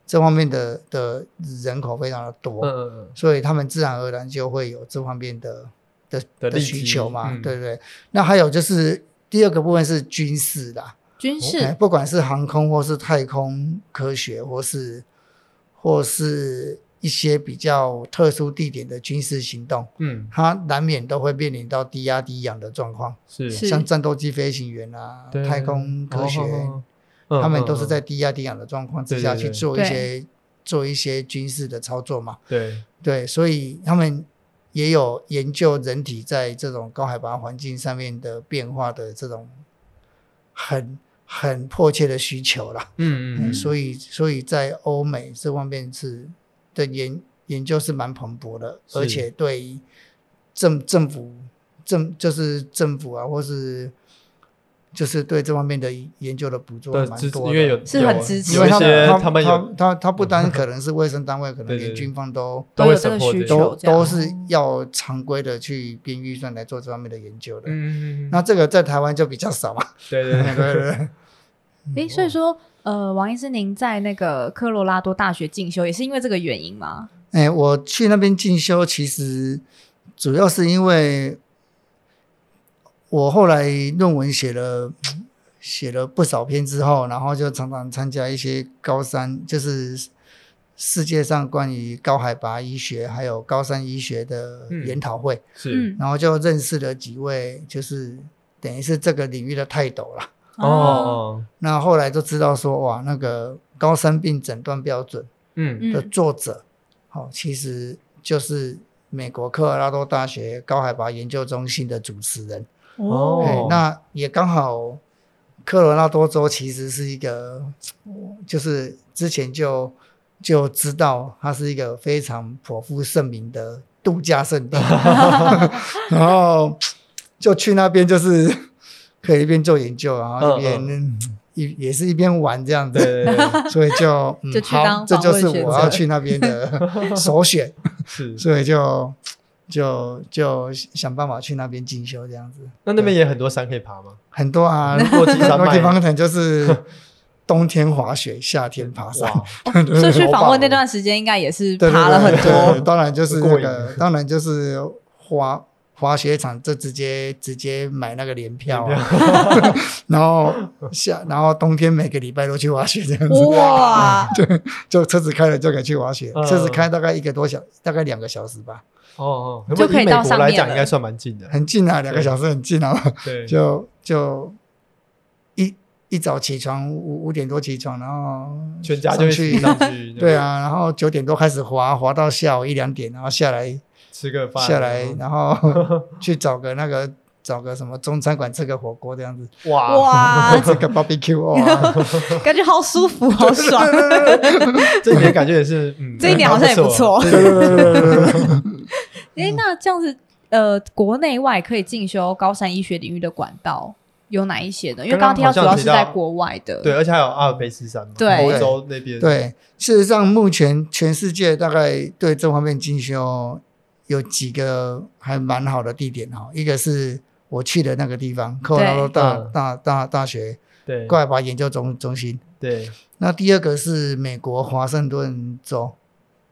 [SPEAKER 3] 这方面的的人口非常的多，
[SPEAKER 2] 嗯嗯嗯
[SPEAKER 3] 所以他们自然而然就会有这方面的的
[SPEAKER 2] 的利基
[SPEAKER 3] 需求嘛，
[SPEAKER 2] 嗯
[SPEAKER 3] 对不对？那还有就是第二个部分是军事啦，
[SPEAKER 4] 军
[SPEAKER 3] 哎
[SPEAKER 4] 事
[SPEAKER 3] 不管是航空或是太空科学，或是或是一些比较特殊地点的军事行动，
[SPEAKER 2] 嗯
[SPEAKER 3] 它难免都会面临到低压低氧的状况，
[SPEAKER 2] 是
[SPEAKER 4] 是
[SPEAKER 3] 像战斗机飞行员啊、
[SPEAKER 2] 对
[SPEAKER 3] 太空科学，
[SPEAKER 2] 哦哦哦
[SPEAKER 3] 他们都
[SPEAKER 2] 嗯
[SPEAKER 3] 是
[SPEAKER 2] 嗯
[SPEAKER 3] 在低压低氧的状况之
[SPEAKER 2] 对
[SPEAKER 3] 下
[SPEAKER 2] 对
[SPEAKER 3] 去
[SPEAKER 2] 对
[SPEAKER 3] 做一
[SPEAKER 4] 对
[SPEAKER 3] 些做一些军事的操作嘛。
[SPEAKER 2] 对
[SPEAKER 3] 对，所以他们也有研究人体在这种高海拔环境上面的变化的这种很很迫切的需求啦。
[SPEAKER 2] 嗯嗯嗯，
[SPEAKER 3] 所以所以在欧美这方面是的研研究是蛮蓬勃的，
[SPEAKER 2] 是
[SPEAKER 3] 而且对于政政府政就是政府啊，或是就是对这方面的研究的补助还
[SPEAKER 2] 对，
[SPEAKER 3] 蛮
[SPEAKER 2] 支持
[SPEAKER 3] 多的，
[SPEAKER 2] 因为有
[SPEAKER 4] 是
[SPEAKER 2] 有
[SPEAKER 4] 很支持
[SPEAKER 3] 因
[SPEAKER 2] 有
[SPEAKER 3] 为
[SPEAKER 2] 一
[SPEAKER 3] 他
[SPEAKER 2] 些
[SPEAKER 3] 们
[SPEAKER 2] 他们
[SPEAKER 3] 他
[SPEAKER 2] 有嗯
[SPEAKER 3] 他他不单可能是卫生单位，可
[SPEAKER 2] 对
[SPEAKER 3] 能
[SPEAKER 2] 对
[SPEAKER 3] 连军方都
[SPEAKER 4] 都
[SPEAKER 2] 会
[SPEAKER 4] 有这个
[SPEAKER 2] support
[SPEAKER 4] 需
[SPEAKER 2] 这
[SPEAKER 4] 求
[SPEAKER 2] 些
[SPEAKER 3] 都
[SPEAKER 4] 这样
[SPEAKER 1] 哦
[SPEAKER 3] 都是要常规的去编预算来做这方面的研究的。
[SPEAKER 2] 嗯嗯嗯，
[SPEAKER 3] 那这个在台湾就比较少嘛，
[SPEAKER 2] 对对对
[SPEAKER 3] 对对对，嗯
[SPEAKER 4] 诶，所以说，呃，王医师，您在那个科罗拉多大学进修，也是因为这个原因吗？
[SPEAKER 3] 哎，我去那边进修，其实主要是因为我后来论文写了写了不少篇之后，然后就常常参加一些高山，就是世界上关于高海拔医学还有高山医学的
[SPEAKER 2] 嗯
[SPEAKER 3] 研讨会，
[SPEAKER 2] 是
[SPEAKER 4] 嗯，
[SPEAKER 3] 然后就认识了几位，就是等于是这个领域的泰斗啦。
[SPEAKER 2] 哦哦
[SPEAKER 3] 那后来就知道说，哇，那个高山病诊断标准。
[SPEAKER 2] 嗯
[SPEAKER 4] 嗯
[SPEAKER 3] 的作者，好、其实就是美国科罗拉多大学高海拔研究中心的主持人。
[SPEAKER 2] 哦
[SPEAKER 3] 哎那也刚好，科罗拉多州其实是一个，就是之前就就知道它是一个非常颇负盛名的度假 胜地， 然后就去那边就是 可以一边做研究，然后一边
[SPEAKER 2] 嗯
[SPEAKER 3] 一也是一边玩这样子。
[SPEAKER 2] 对对对 对
[SPEAKER 3] 所以就、嗯、
[SPEAKER 4] 就去
[SPEAKER 3] 好
[SPEAKER 4] 当
[SPEAKER 3] 这
[SPEAKER 4] 访
[SPEAKER 3] 就
[SPEAKER 4] 问
[SPEAKER 3] 是
[SPEAKER 4] 学
[SPEAKER 3] 我
[SPEAKER 4] 者
[SPEAKER 3] 要去那边 的首选，
[SPEAKER 2] 是。
[SPEAKER 3] 所以就就就想办法去那边进修这样子。
[SPEAKER 2] 那那边也很多山可以爬吗？
[SPEAKER 3] 很多啊，
[SPEAKER 2] 落基山
[SPEAKER 3] 那地
[SPEAKER 2] 脉
[SPEAKER 3] 方可能就是冬天滑雪，夏天爬山，
[SPEAKER 2] 哇，
[SPEAKER 4] 所以去访问那段时间，应该也是
[SPEAKER 3] 哦对对
[SPEAKER 4] 爬了很
[SPEAKER 3] 对 对
[SPEAKER 4] 多。
[SPEAKER 3] 当然就是
[SPEAKER 2] 过
[SPEAKER 3] 那
[SPEAKER 2] 瘾
[SPEAKER 3] 个，当然就是滑滑雪场就直接直接买那个联票、啊， 然后夏然后冬天每个礼拜都去滑雪这样子。
[SPEAKER 4] 哦哇，
[SPEAKER 3] 就车子开了就可以去滑雪，
[SPEAKER 2] 嗯
[SPEAKER 3] 车子开大概一个多小，大概两个小时吧，
[SPEAKER 2] 哦哦，
[SPEAKER 4] 就可以到上面了
[SPEAKER 2] 美国来讲应该算蛮近的，
[SPEAKER 3] 很近啊，两个小时很近啊，
[SPEAKER 2] 对，
[SPEAKER 3] 就就一一早起床五五点多起床，然后
[SPEAKER 2] 全家就一起
[SPEAKER 3] 上
[SPEAKER 2] 上去，
[SPEAKER 3] 对，啊，然后九点多开始滑，滑到下午一两点，然后下来
[SPEAKER 2] 吃个饭
[SPEAKER 3] 下来，然后 去找个那个找个什么中餐馆吃个火锅这样子，
[SPEAKER 2] 哇，
[SPEAKER 4] 哇，
[SPEAKER 1] 啊
[SPEAKER 3] 吃个 barbecue 哦啊，
[SPEAKER 4] 感觉好舒服，好爽。
[SPEAKER 2] 这一 点感觉也是，嗯，
[SPEAKER 4] 这一点好像也不
[SPEAKER 2] 蛮
[SPEAKER 4] 错。
[SPEAKER 3] 对对对对对对
[SPEAKER 4] 哎诶，那这样子，呃国内外可以进修高山医学领域的管道有哪一些呢？因为刚
[SPEAKER 2] 刚刚
[SPEAKER 4] 提到
[SPEAKER 2] 好
[SPEAKER 4] 主
[SPEAKER 2] 像
[SPEAKER 4] 要
[SPEAKER 2] 提
[SPEAKER 4] 是在
[SPEAKER 2] 到
[SPEAKER 4] 国外的，
[SPEAKER 2] 对，而且还有阿尔卑斯山嘛，
[SPEAKER 4] 对
[SPEAKER 2] 欧洲那边，，
[SPEAKER 3] 对，事实上，目前全世界大概对这方面进修有几个还蛮好的地点哈、一个是我去的那个地方，科罗拉多大
[SPEAKER 2] 嗯
[SPEAKER 3] 大大大学
[SPEAKER 2] 对，
[SPEAKER 3] 怪拔研究中中心。
[SPEAKER 2] 对，
[SPEAKER 3] 那第二个是美国华盛顿州，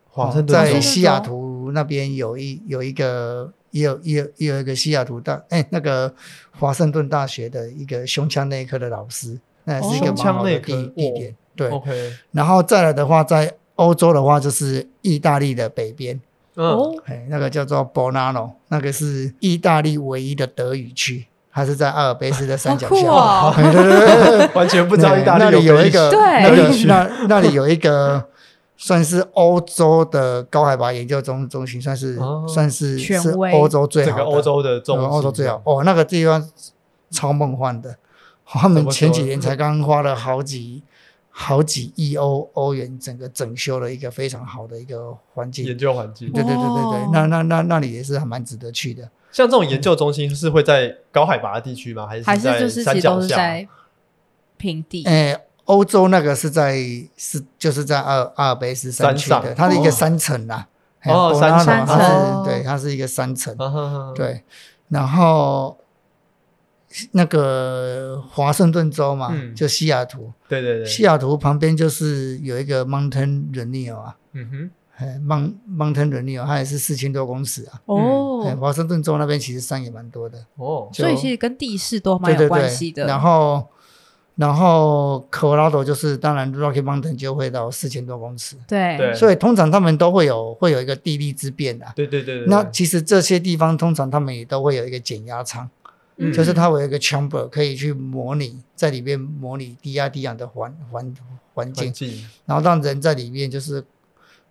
[SPEAKER 2] 华盛顿
[SPEAKER 3] 在
[SPEAKER 2] 州
[SPEAKER 3] 西雅图那边有一有一个也有也有也有一个西雅图大哎那个华盛顿大学的一个胸腔内科的老师，那也是一个
[SPEAKER 4] 胸
[SPEAKER 3] 蛮好
[SPEAKER 2] 哦腔内
[SPEAKER 3] 的
[SPEAKER 2] 科哦
[SPEAKER 3] 地地
[SPEAKER 2] 哇
[SPEAKER 3] 点。对，
[SPEAKER 2] ，OK，
[SPEAKER 3] 然后再来的话，在欧洲的话就是意大利的北边，
[SPEAKER 2] 嗯，
[SPEAKER 4] 哦，
[SPEAKER 3] 哎，那个叫做 Bonano，那个是意大利唯一的德语区，它是在阿尔卑斯的
[SPEAKER 4] 好
[SPEAKER 3] 山脚
[SPEAKER 4] 酷
[SPEAKER 3] 下。
[SPEAKER 4] 哦，
[SPEAKER 3] 对对对对对
[SPEAKER 2] 完全不知道意大
[SPEAKER 3] 那
[SPEAKER 2] 利
[SPEAKER 3] 里有
[SPEAKER 2] 北
[SPEAKER 3] 一个，
[SPEAKER 4] 对
[SPEAKER 3] 那
[SPEAKER 2] 北区
[SPEAKER 3] 个那那里有一个，算是欧洲的高海拔研究中中心，算是、
[SPEAKER 2] 哦
[SPEAKER 3] 算是
[SPEAKER 4] 权
[SPEAKER 3] 是
[SPEAKER 4] 威
[SPEAKER 3] 欧洲最
[SPEAKER 2] 整
[SPEAKER 3] 好
[SPEAKER 2] 个
[SPEAKER 3] 的，
[SPEAKER 2] 欧洲的
[SPEAKER 3] 整
[SPEAKER 2] 中
[SPEAKER 3] 个
[SPEAKER 2] 心，
[SPEAKER 3] 欧洲最好。哦，那个地方超梦幻的， 他
[SPEAKER 2] 怎
[SPEAKER 3] 们
[SPEAKER 2] 么
[SPEAKER 3] 前几
[SPEAKER 2] 说
[SPEAKER 3] 年才刚花了好几好几亿欧欧元，整个整修了一个非常好的一个环境。
[SPEAKER 2] 研究环境。
[SPEAKER 3] 对对对对对
[SPEAKER 4] 哦，
[SPEAKER 3] 那那那那里也是还蛮值得去的。
[SPEAKER 2] 像这种研究中心是会在高海拔的地区吗？还是
[SPEAKER 4] 还是
[SPEAKER 2] 在
[SPEAKER 4] 就是其
[SPEAKER 2] 山
[SPEAKER 4] 实
[SPEAKER 2] 脚
[SPEAKER 4] 都是
[SPEAKER 2] 下？
[SPEAKER 4] 在平地，
[SPEAKER 3] 诶，哎欧洲那个是在是就是在阿尔阿尔卑斯山区
[SPEAKER 2] 山上
[SPEAKER 3] 的，它是一个
[SPEAKER 2] 哦
[SPEAKER 3] 山城啦。哎嘿
[SPEAKER 2] 哦
[SPEAKER 3] Bonanno，
[SPEAKER 2] 山城
[SPEAKER 3] 它是
[SPEAKER 4] 哦
[SPEAKER 3] 对，它是一个山城。
[SPEAKER 2] 啊哈哈，
[SPEAKER 3] 对，然后那个华盛顿州嘛，
[SPEAKER 2] 嗯
[SPEAKER 3] 就西雅图，
[SPEAKER 2] 对对
[SPEAKER 3] 西
[SPEAKER 2] 对，
[SPEAKER 3] 雅图旁边就是有一个 Mountain Renio 啊，
[SPEAKER 2] 嗯哼，
[SPEAKER 3] 嘿 Mount Mountain Renio，它也是四千多公尺啊。嘿
[SPEAKER 4] 哦，
[SPEAKER 3] 华盛顿州那边其实山也蛮多的。
[SPEAKER 2] 哦，
[SPEAKER 4] 所以
[SPEAKER 3] 就
[SPEAKER 4] 其实跟地势都蛮
[SPEAKER 3] 对
[SPEAKER 4] 有
[SPEAKER 3] 对
[SPEAKER 4] 关
[SPEAKER 3] 对，
[SPEAKER 4] 系的。
[SPEAKER 3] 然后，然后 Colorado 就是当然 Rocky Mountain 就会到四千多公尺，
[SPEAKER 4] 对
[SPEAKER 2] 对
[SPEAKER 3] 所以通常他们都会有会有一个地利之变啊。
[SPEAKER 2] 对对对对，
[SPEAKER 3] 那
[SPEAKER 2] 对
[SPEAKER 3] 其实这些地方通常他们也都会有一个减压舱，
[SPEAKER 4] 嗯
[SPEAKER 3] 就是它会有一个 chamber 可以去模拟在里面模拟低压低氧的环环环境
[SPEAKER 2] 环，境，
[SPEAKER 3] 然后让人在里面就是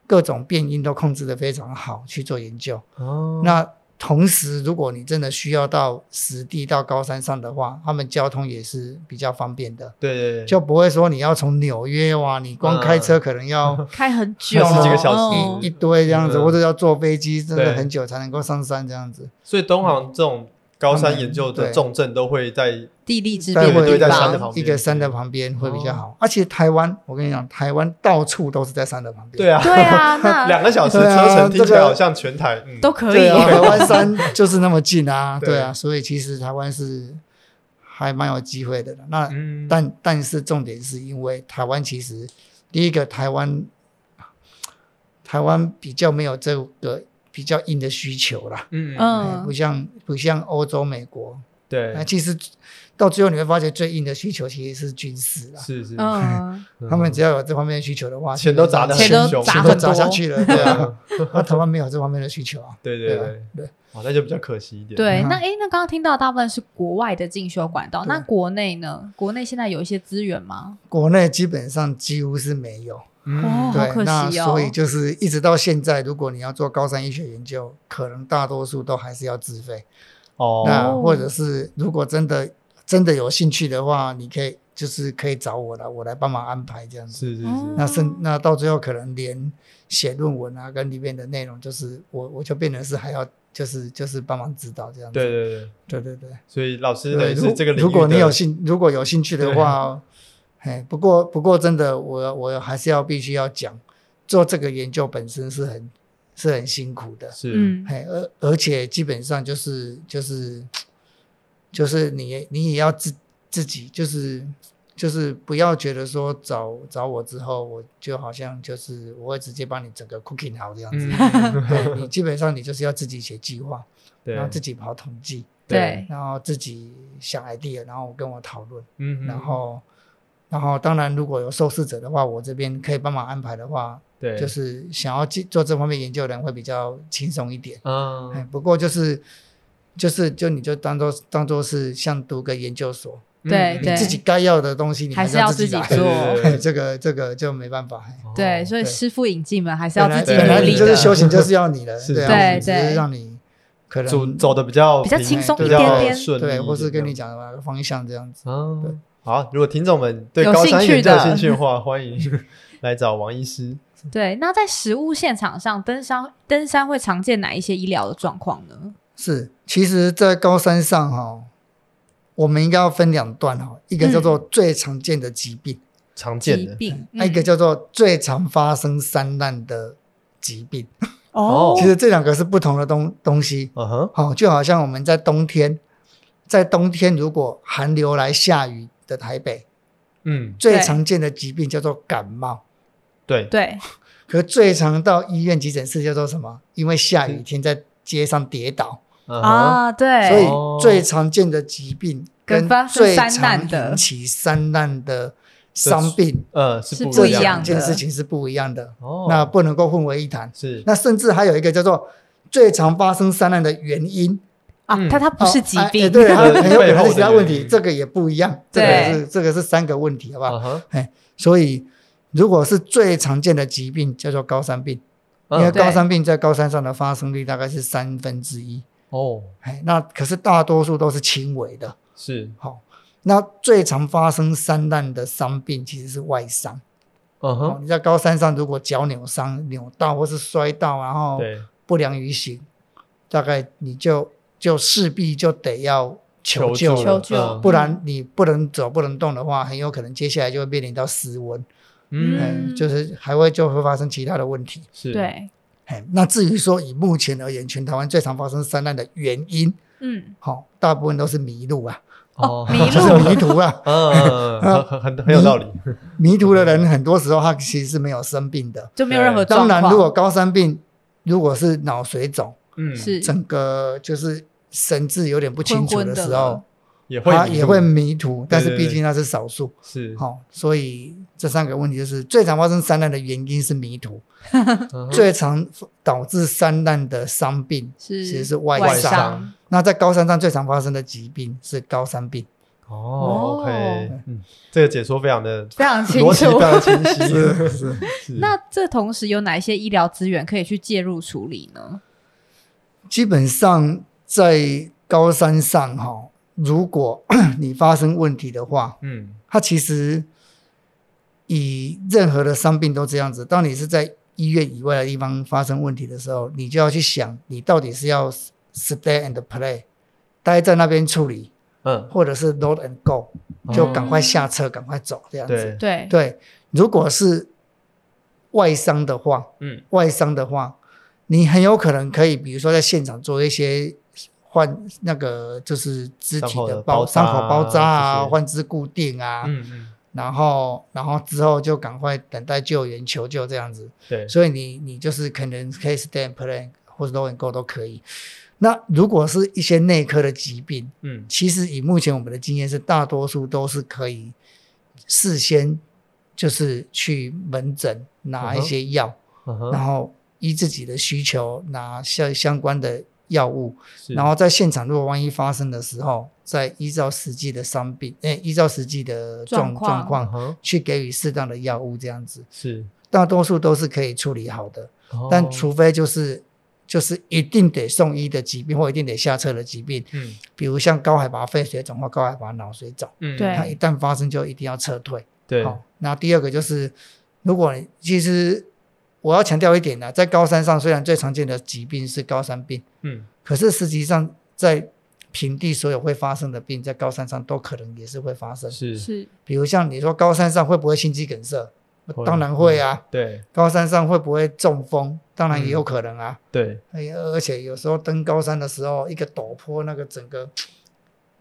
[SPEAKER 3] 各种变音都控制的非常好去做研究。
[SPEAKER 2] 哦，
[SPEAKER 3] 那同时，如果你真的需要到实地到高山上的话，他们交通也是比较方便的，
[SPEAKER 2] 对对对，
[SPEAKER 3] 就不会说你要从纽约哇，你光开车可 能要
[SPEAKER 4] 开很久，
[SPEAKER 2] 十几个小时
[SPEAKER 4] 嗯
[SPEAKER 3] 一堆这样子，
[SPEAKER 2] 嗯
[SPEAKER 3] 或者要坐飞机，真的
[SPEAKER 2] 对
[SPEAKER 3] 很久才能够上山这样子。
[SPEAKER 2] 所以东航这种高
[SPEAKER 3] 他
[SPEAKER 2] 山
[SPEAKER 3] 们
[SPEAKER 2] 研究的
[SPEAKER 3] 对
[SPEAKER 2] 重镇都会在
[SPEAKER 4] 地利之
[SPEAKER 3] 再
[SPEAKER 4] 变的地
[SPEAKER 2] 对对对
[SPEAKER 3] 会
[SPEAKER 2] 在
[SPEAKER 4] 方
[SPEAKER 2] 山的，旁边嗯
[SPEAKER 3] 一个山的旁边会比较好，而且台湾，我跟你讲，台湾到处都是在山的旁边。
[SPEAKER 2] 对啊，
[SPEAKER 4] 对啊，那
[SPEAKER 2] 两个小时
[SPEAKER 3] 对
[SPEAKER 2] 车
[SPEAKER 3] 啊
[SPEAKER 2] 程听起
[SPEAKER 3] 这
[SPEAKER 2] 来
[SPEAKER 3] 个
[SPEAKER 2] 好像全台，嗯，
[SPEAKER 4] 都可以
[SPEAKER 3] 对。啊，台湾山就是那么近 啊，
[SPEAKER 2] 对
[SPEAKER 3] 对啊，所以其实台湾是还蛮有机会的啦。那
[SPEAKER 2] 嗯，
[SPEAKER 3] 但但是重点是因为台湾其实第一个台湾台湾比较没有这个比较硬的需求啦，哎
[SPEAKER 2] 嗯嗯，
[SPEAKER 4] 嗯
[SPEAKER 3] 不像不像欧洲、美国，
[SPEAKER 2] 对
[SPEAKER 3] 那，其实到最后你会发觉最硬的需求其实是军事啦。
[SPEAKER 2] 是是，
[SPEAKER 4] 嗯，
[SPEAKER 2] 嗯
[SPEAKER 3] 他们只要有这方面的需求的话，
[SPEAKER 2] 钱都砸得很
[SPEAKER 4] 钱都
[SPEAKER 2] 凶，
[SPEAKER 4] 砸
[SPEAKER 3] 钱
[SPEAKER 4] 很
[SPEAKER 3] 都
[SPEAKER 4] 多
[SPEAKER 3] 砸下去了，对啊。那台湾没有这方面的需求啊，
[SPEAKER 2] 对对
[SPEAKER 3] 对啊
[SPEAKER 2] 对，
[SPEAKER 3] 对。
[SPEAKER 2] 哇，那就比较可惜一点，
[SPEAKER 4] 对，
[SPEAKER 3] 嗯
[SPEAKER 4] 那诶，那刚刚听到大部分是国外的进修管道，
[SPEAKER 3] 对
[SPEAKER 4] 那国内呢？国内现在有一些资源吗？
[SPEAKER 3] 国内基本上几乎是没有。
[SPEAKER 4] 哦，好
[SPEAKER 3] 对，
[SPEAKER 4] 可
[SPEAKER 3] 那
[SPEAKER 4] 惜哦。
[SPEAKER 3] 所以就是一直到现在，如果你要做高山医学研究，可能大多数都还是要自费。那
[SPEAKER 2] 哦，
[SPEAKER 3] 或者是如果真的真的有兴趣的话，你可以就是可以找我来，我来帮忙安排这样子。
[SPEAKER 2] 是是
[SPEAKER 4] 哦
[SPEAKER 2] 是，
[SPEAKER 3] 那甚那到最后可能连写论文啊，跟里面的内容，就是我我就变成是还要就是就是帮忙指导这样子。
[SPEAKER 2] 对对对，
[SPEAKER 3] 对对对
[SPEAKER 2] 所以老师
[SPEAKER 3] 对
[SPEAKER 2] 等于是
[SPEAKER 3] 如
[SPEAKER 2] 这个领域的，
[SPEAKER 3] 如果你有兴如果有兴趣的话，哎，不过不过真的，我我还是要必须要讲，做这个研究本身是很是很辛苦的，
[SPEAKER 2] 是，
[SPEAKER 4] 嗯，
[SPEAKER 3] 哎，而而且基本上就是就是就是你你也要自自己就是。就是不要觉得说找找我之后，我就好像就是我会直接帮你整个 cooking 好这样子。
[SPEAKER 2] 嗯，
[SPEAKER 3] 对你基本上你就是要自己写计划，
[SPEAKER 2] 对
[SPEAKER 3] 然后自己跑统计，
[SPEAKER 4] 对，
[SPEAKER 3] 然后自己想 idea，然后我跟我讨论，
[SPEAKER 2] 嗯，
[SPEAKER 3] 然后，然后当然如果有受试者的话，我这边可以帮忙安排的话，
[SPEAKER 2] 对，
[SPEAKER 3] 就是想要进做这方面研究的人会比较轻松一点。哎，
[SPEAKER 2] 嗯，
[SPEAKER 3] 不过就是就是就你就当做当做是像读个研究所，
[SPEAKER 4] 对
[SPEAKER 2] 嗯
[SPEAKER 4] 对
[SPEAKER 3] 你自己该要的东西你
[SPEAKER 4] 还
[SPEAKER 3] 是
[SPEAKER 4] 是要
[SPEAKER 3] 自
[SPEAKER 4] 自己
[SPEAKER 3] 来。
[SPEAKER 4] 做
[SPEAKER 2] 对
[SPEAKER 3] 哎， 这个这个就没办法。哎
[SPEAKER 2] 哦
[SPEAKER 4] 对，所以
[SPEAKER 3] 对
[SPEAKER 4] 师傅引进门还是要
[SPEAKER 3] 本
[SPEAKER 4] 自
[SPEAKER 3] 来
[SPEAKER 4] 己
[SPEAKER 2] 对
[SPEAKER 3] 本来
[SPEAKER 4] 努
[SPEAKER 3] 你
[SPEAKER 4] 力
[SPEAKER 3] 就是
[SPEAKER 4] 的，
[SPEAKER 3] 修行就是要你的，
[SPEAKER 2] 是
[SPEAKER 3] 对啊，
[SPEAKER 4] 对
[SPEAKER 3] 只是
[SPEAKER 4] 对
[SPEAKER 3] 让你可能
[SPEAKER 2] 走走的比较
[SPEAKER 4] 比较
[SPEAKER 2] 平
[SPEAKER 4] 轻松
[SPEAKER 2] 比
[SPEAKER 4] 一
[SPEAKER 2] 较
[SPEAKER 4] 点点
[SPEAKER 2] 顺利一
[SPEAKER 3] 对，
[SPEAKER 2] 点
[SPEAKER 3] 或是跟你
[SPEAKER 2] 这样
[SPEAKER 3] 讲哪个方向这样子。对
[SPEAKER 2] 哦。好，如果听众们对
[SPEAKER 4] 有
[SPEAKER 2] 高
[SPEAKER 4] 兴
[SPEAKER 2] 山
[SPEAKER 4] 趣
[SPEAKER 2] 研究有
[SPEAKER 4] 的
[SPEAKER 2] 兴趣的话，欢迎来找王医师。
[SPEAKER 4] 对。那在实物现场上，登山登山会常见哪一些医疗的状况呢？
[SPEAKER 3] 是，其实，在高山上哈、我们应该要分两段哦，一个叫做
[SPEAKER 4] 嗯
[SPEAKER 3] 最常见的疾病，
[SPEAKER 2] 常见
[SPEAKER 4] 疾
[SPEAKER 2] 的
[SPEAKER 4] 病，嗯
[SPEAKER 3] 那啊一个叫做最常发生山难的疾病。
[SPEAKER 4] 哦，
[SPEAKER 3] 其实这两个是不同的东东西。
[SPEAKER 2] 嗯哼，
[SPEAKER 3] 好、就好像我们在冬天，在冬天如果寒流来下雨的台北，
[SPEAKER 2] 嗯，
[SPEAKER 3] 最
[SPEAKER 4] 对
[SPEAKER 3] 常见的疾病叫做感冒，
[SPEAKER 2] 对，
[SPEAKER 4] 对，
[SPEAKER 3] 可最常到医院急诊室叫做什么？因为下
[SPEAKER 4] 嗯
[SPEAKER 3] 雨天在街上跌倒，
[SPEAKER 2] 嗯哼，
[SPEAKER 4] 啊，对，
[SPEAKER 3] 所
[SPEAKER 2] 哦
[SPEAKER 3] 以最常见的疾病
[SPEAKER 4] 跟
[SPEAKER 3] 跟
[SPEAKER 4] 发生
[SPEAKER 3] 最
[SPEAKER 4] 山难
[SPEAKER 3] 常
[SPEAKER 4] 的
[SPEAKER 3] 引起山难的伤病
[SPEAKER 2] 呃，
[SPEAKER 4] 是
[SPEAKER 2] 是不
[SPEAKER 4] 不一
[SPEAKER 3] 这
[SPEAKER 4] 样
[SPEAKER 3] 两
[SPEAKER 4] 的
[SPEAKER 3] 件事情是不一样的，
[SPEAKER 2] 哦，
[SPEAKER 3] 那不能够混为一谈。
[SPEAKER 2] 是
[SPEAKER 3] 那甚至还有一个叫做最常发生山难的原因，
[SPEAKER 4] 啊，
[SPEAKER 2] 嗯
[SPEAKER 4] 它它不是疾
[SPEAKER 3] 哦哎哎
[SPEAKER 4] 病，
[SPEAKER 3] 对，还有
[SPEAKER 2] 对
[SPEAKER 3] 很有可能
[SPEAKER 2] 背
[SPEAKER 3] 是其他
[SPEAKER 2] 后的
[SPEAKER 3] 问
[SPEAKER 2] 原
[SPEAKER 3] 题，
[SPEAKER 2] 因
[SPEAKER 3] 这个也不一样，这
[SPEAKER 4] 对
[SPEAKER 3] 个也是这个是三个问题，好不好？
[SPEAKER 2] 嗯哼，
[SPEAKER 3] 所以如果是最常见的疾病叫做高山病，因为
[SPEAKER 2] 嗯
[SPEAKER 4] 对
[SPEAKER 3] 高山病在高山上的发生率大概是三分之一，
[SPEAKER 2] 哦，
[SPEAKER 3] 哎，那可是大多数都是轻微的，
[SPEAKER 2] 是，
[SPEAKER 3] 好、那最常发生山难的伤病其实是外伤。
[SPEAKER 2] 嗯
[SPEAKER 3] 哦
[SPEAKER 2] 哼，，
[SPEAKER 3] 你在高山上如果脚扭伤、扭到或是摔到，然后
[SPEAKER 2] 对，
[SPEAKER 3] 不良于行，大概你就就势必就得要求救
[SPEAKER 2] 救
[SPEAKER 3] 了。
[SPEAKER 4] 求救
[SPEAKER 2] 嗯
[SPEAKER 3] 不然你不能走不能动的话，很有可能接下来就会面临到失温，
[SPEAKER 2] 嗯，
[SPEAKER 3] 嗯，就是还会就会发生其他的问题。
[SPEAKER 2] 是，，
[SPEAKER 4] 对，
[SPEAKER 3] 哎，那至于说以目前而言，全台湾最常发生山难的原因，
[SPEAKER 4] 嗯，
[SPEAKER 3] 好、大部分都是迷路啊，
[SPEAKER 4] 哦
[SPEAKER 2] 哦，，。
[SPEAKER 4] 迷
[SPEAKER 3] 就
[SPEAKER 4] 路
[SPEAKER 3] 是迷途啊
[SPEAKER 2] 嗯，很很很很有道理，
[SPEAKER 3] 迷途的人很多时候他其实是没有生病的。
[SPEAKER 4] 就没有任何状
[SPEAKER 3] 当
[SPEAKER 4] 况。
[SPEAKER 3] 然，如果高山病，如果是脑水肿，
[SPEAKER 2] 嗯，
[SPEAKER 4] 是
[SPEAKER 3] 整个就是神志有点不清楚
[SPEAKER 4] 昏昏的
[SPEAKER 3] 时候，
[SPEAKER 2] 也会
[SPEAKER 3] 他
[SPEAKER 2] 迷
[SPEAKER 3] 也
[SPEAKER 2] 路
[SPEAKER 3] 会迷途，但是
[SPEAKER 2] 对对
[SPEAKER 3] 毕竟那是少数。
[SPEAKER 2] 是，
[SPEAKER 3] 好、所以这三个问题就是最常发生山难的原因是迷途，
[SPEAKER 2] 嗯哼
[SPEAKER 3] 最常导致山难的伤病。
[SPEAKER 4] 是
[SPEAKER 3] 其实是外
[SPEAKER 4] 外
[SPEAKER 2] 伤
[SPEAKER 4] 伤，
[SPEAKER 3] 那在高山上最常发生的疾病是高山病，
[SPEAKER 2] 哦，OK，
[SPEAKER 4] 哦
[SPEAKER 2] 嗯，这个解说非常的
[SPEAKER 4] 非常清
[SPEAKER 2] 逻辑非
[SPEAKER 4] 楚。
[SPEAKER 2] 常清晰，
[SPEAKER 3] 是。
[SPEAKER 2] 是
[SPEAKER 4] 那这同时有哪一些医疗资源可以去介入处理呢？
[SPEAKER 3] 基本上在高山上哈、如果 你发生问题的话，
[SPEAKER 2] 嗯
[SPEAKER 3] 它其实以任何的伤病都这样子。当你是在医院以外的地方发生问题的时候，你就要去想，你到底是要 stay and play，待在那边处理，
[SPEAKER 2] 嗯，
[SPEAKER 3] 或者是 load and go，就赶快下车，赶快走这样子。
[SPEAKER 2] 哦对，
[SPEAKER 4] 对，
[SPEAKER 3] 对，如果是外伤的话，
[SPEAKER 2] 嗯，
[SPEAKER 3] 外伤的话，你很有可能可以，比如说在现场做一些换那个就是肢
[SPEAKER 2] 伤
[SPEAKER 3] 体
[SPEAKER 2] 口的
[SPEAKER 3] 的包
[SPEAKER 2] 包扎
[SPEAKER 3] 伤口包扎
[SPEAKER 2] 这
[SPEAKER 3] 啊，
[SPEAKER 2] 些
[SPEAKER 3] 换肢固定啊，
[SPEAKER 2] 嗯嗯，
[SPEAKER 3] 然后然后之后就赶快等待救援求救这样子。
[SPEAKER 2] 对，
[SPEAKER 3] 所以你你就是可能可以 stand plan 或者 load and go 都可以。那如果是一些内科的疾病，
[SPEAKER 2] 嗯
[SPEAKER 3] 其实以目前我们的经验是，大多数都是可以事先就是去门诊拿一些药，
[SPEAKER 2] 嗯哼，
[SPEAKER 3] 然后依自己的需求拿相相关的药物，
[SPEAKER 2] 是
[SPEAKER 3] 然后在现场如果万一发生的时候，再依照实际的伤病，哎、依照实际的状
[SPEAKER 4] 状况
[SPEAKER 3] 状
[SPEAKER 2] 嗯
[SPEAKER 3] 况
[SPEAKER 2] 哼
[SPEAKER 3] 去给予适当的药物，这样子
[SPEAKER 2] 是，
[SPEAKER 3] 大多数都是可以处理好的，但
[SPEAKER 2] 哦
[SPEAKER 3] 除非就是。就是一定得送医的疾病，或一定得下车的疾病，
[SPEAKER 2] 嗯
[SPEAKER 3] 比如像高海拔肺水肿或高海拔脑水肿，
[SPEAKER 2] 嗯
[SPEAKER 4] 对
[SPEAKER 3] 它一旦发生就一定要撤退。
[SPEAKER 2] 对
[SPEAKER 3] 好、那第二个就是，如果你其实我要强调一点呢、啊在高山上虽然最常见的疾病是高山病，
[SPEAKER 2] 嗯
[SPEAKER 3] 可是实际上在平地所有会发生的病，在高山上都可能也是会发生。
[SPEAKER 2] 嗯是，
[SPEAKER 4] 是
[SPEAKER 3] 比如像你说高山上会不会心肌梗塞？
[SPEAKER 2] 会
[SPEAKER 3] 当然会啊。
[SPEAKER 2] 对
[SPEAKER 3] 高山上会不会中风？当然也有可能啊。
[SPEAKER 2] 对
[SPEAKER 3] 哎呀，而且有时候登高山的时候，一个陡坡，那个整个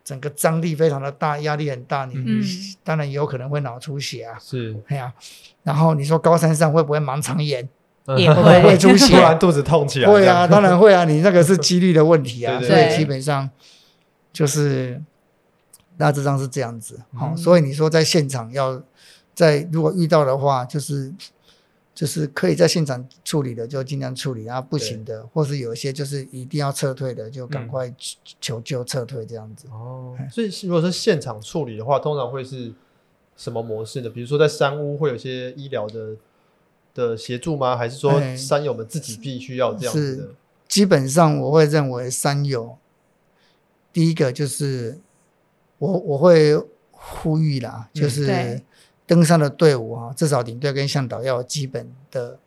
[SPEAKER 3] 整个张力非常的大，压力很大，你、
[SPEAKER 4] 嗯
[SPEAKER 3] 当然也有可能会脑出血啊。
[SPEAKER 2] 是，
[SPEAKER 3] 哎呀，然后你说高山上会不会盲肠炎？
[SPEAKER 2] 嗯
[SPEAKER 4] 也
[SPEAKER 3] 会
[SPEAKER 4] 会
[SPEAKER 3] 不会出
[SPEAKER 2] 突
[SPEAKER 3] 血？
[SPEAKER 2] 然肚子痛起来，
[SPEAKER 3] 会
[SPEAKER 2] 这
[SPEAKER 3] 啊，
[SPEAKER 2] 样
[SPEAKER 3] 当然会啊，你那个是几率的问题 啊，
[SPEAKER 2] 对
[SPEAKER 4] 对对
[SPEAKER 3] 所以基本上就是大致上是这样子。好、
[SPEAKER 2] 嗯
[SPEAKER 3] 所以你说在现场要在如果遇到的话，就是就是可以在现场处理的就尽量处理啊，不行的或是有一些就是一定要撤退的就
[SPEAKER 2] 嗯
[SPEAKER 3] 赶快求求救撤退这样子。
[SPEAKER 2] 哦，所以如果是现场处理的话，通常会是什么模式呢？比如说在山屋会有一些医疗的的协助吗？还是说
[SPEAKER 3] 哎
[SPEAKER 2] 山友们自己必须要这样子的？
[SPEAKER 3] 基本上我会认为三有，第一个就是我我会呼吁啦，
[SPEAKER 2] 嗯
[SPEAKER 3] 就是
[SPEAKER 4] 对
[SPEAKER 3] 登山的队伍啊，至少领队跟向导要有基本的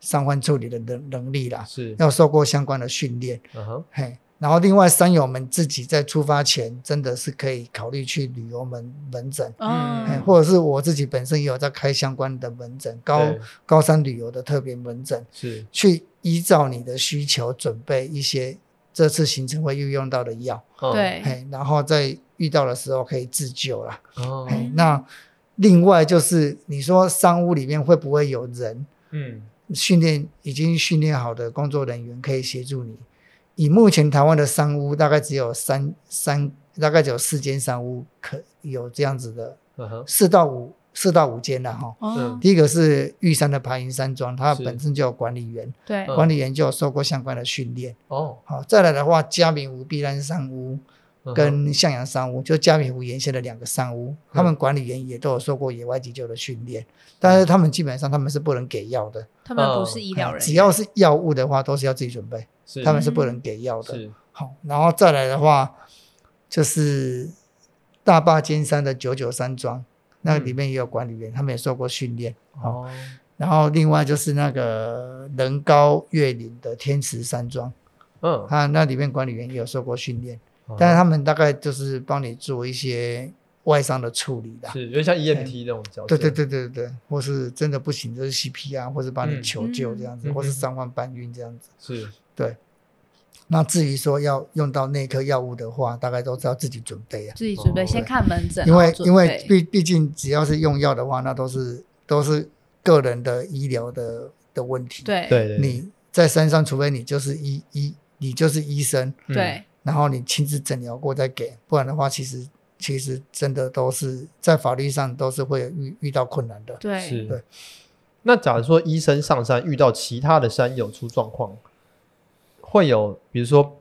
[SPEAKER 3] 伤患处理的能能力啦，
[SPEAKER 2] 是，
[SPEAKER 3] 要受过相关的训练。
[SPEAKER 2] 嗯哼，
[SPEAKER 3] 嘿，然后另外山友们自己在出发前，真的是可以考虑去旅游门门诊，
[SPEAKER 4] 嗯
[SPEAKER 3] 哎，或者是我自己本身也有在开相关的门诊，高
[SPEAKER 2] 对
[SPEAKER 3] 高山旅游的特别门诊，
[SPEAKER 2] 是嗯
[SPEAKER 3] 去依照你的需求准备一些这次行程会运用到的药，
[SPEAKER 2] 嗯
[SPEAKER 4] 哦对，
[SPEAKER 3] 哎，然后在遇到的时候可以自救啦。
[SPEAKER 2] 哦
[SPEAKER 3] 哎，那另外就是你说商务里面会不会有人
[SPEAKER 2] 嗯
[SPEAKER 3] 训练已经训练好的工作人员可以协助你？以目前台湾的商务大概只有三三，大概只有四间商务可有这样子的
[SPEAKER 2] 嗯哼
[SPEAKER 3] 四到五四到五间了哈。
[SPEAKER 4] 哦
[SPEAKER 2] 嗯，
[SPEAKER 3] 第一个是玉山的爬云山庄，它
[SPEAKER 2] 是
[SPEAKER 3] 本身就有管理员，
[SPEAKER 4] 对，
[SPEAKER 2] 嗯
[SPEAKER 3] 管理员就有受过相关的训练。
[SPEAKER 2] 哦
[SPEAKER 3] 好、再来的话，嘉明湖碧兰山屋
[SPEAKER 2] 嗯哼嗯
[SPEAKER 3] 跟向阳山屋，就嘉明湖沿线的两个山屋，他们管理员也都有受过野外急救的训练，但是他们基本上他们是不能给药的，
[SPEAKER 4] 他们不是医疗人员，
[SPEAKER 3] 只要是药物的话，都是要自己准备，
[SPEAKER 2] 是
[SPEAKER 3] 他们是不能给药的。
[SPEAKER 2] 嗯是
[SPEAKER 3] 好、然后再来的话，就是大坝尖山的九九山庄，那
[SPEAKER 2] 嗯
[SPEAKER 3] 里面也有管理员，他们也受过训练。好、
[SPEAKER 2] 哦
[SPEAKER 3] 然后另外就是那个人高月岭的天池山庄，
[SPEAKER 2] 嗯，
[SPEAKER 3] 它那里面管理员也有受过训练，
[SPEAKER 2] 嗯
[SPEAKER 3] 但是他们大概就是帮你做一些外伤的处理啦。
[SPEAKER 2] 哦是哦有点像 EMT 那种角色，
[SPEAKER 3] 对对对对对，或是真的不行就是 CP 啊，或是帮你
[SPEAKER 2] 嗯
[SPEAKER 3] 求救这样子，
[SPEAKER 2] 嗯
[SPEAKER 3] 或
[SPEAKER 2] 嗯
[SPEAKER 3] 是
[SPEAKER 2] 嗯
[SPEAKER 3] 伤患搬运这样子。
[SPEAKER 2] 是
[SPEAKER 3] 对。那至于说要用到内科药物的话，大概都是要自己准备啊，
[SPEAKER 4] 自己准备，
[SPEAKER 2] 哦
[SPEAKER 4] 先看门诊，
[SPEAKER 3] 因
[SPEAKER 4] 然
[SPEAKER 3] 为
[SPEAKER 4] 后准
[SPEAKER 3] 因为
[SPEAKER 4] 备
[SPEAKER 3] 毕毕竟只要是用药的话，那都是都是个人的医疗的的问题。
[SPEAKER 4] 对
[SPEAKER 2] 对对
[SPEAKER 3] 你在山上，除非你就是医医，你就是医生，
[SPEAKER 2] 嗯
[SPEAKER 4] 对
[SPEAKER 3] 然后你亲自诊疗过再给，不然的话，其实其实真的都是在法律上都是会遇遇到困难的。
[SPEAKER 4] 对，
[SPEAKER 2] 是
[SPEAKER 3] 对。
[SPEAKER 2] 那假如说医生上山遇到其他的山友出状况，会有比如说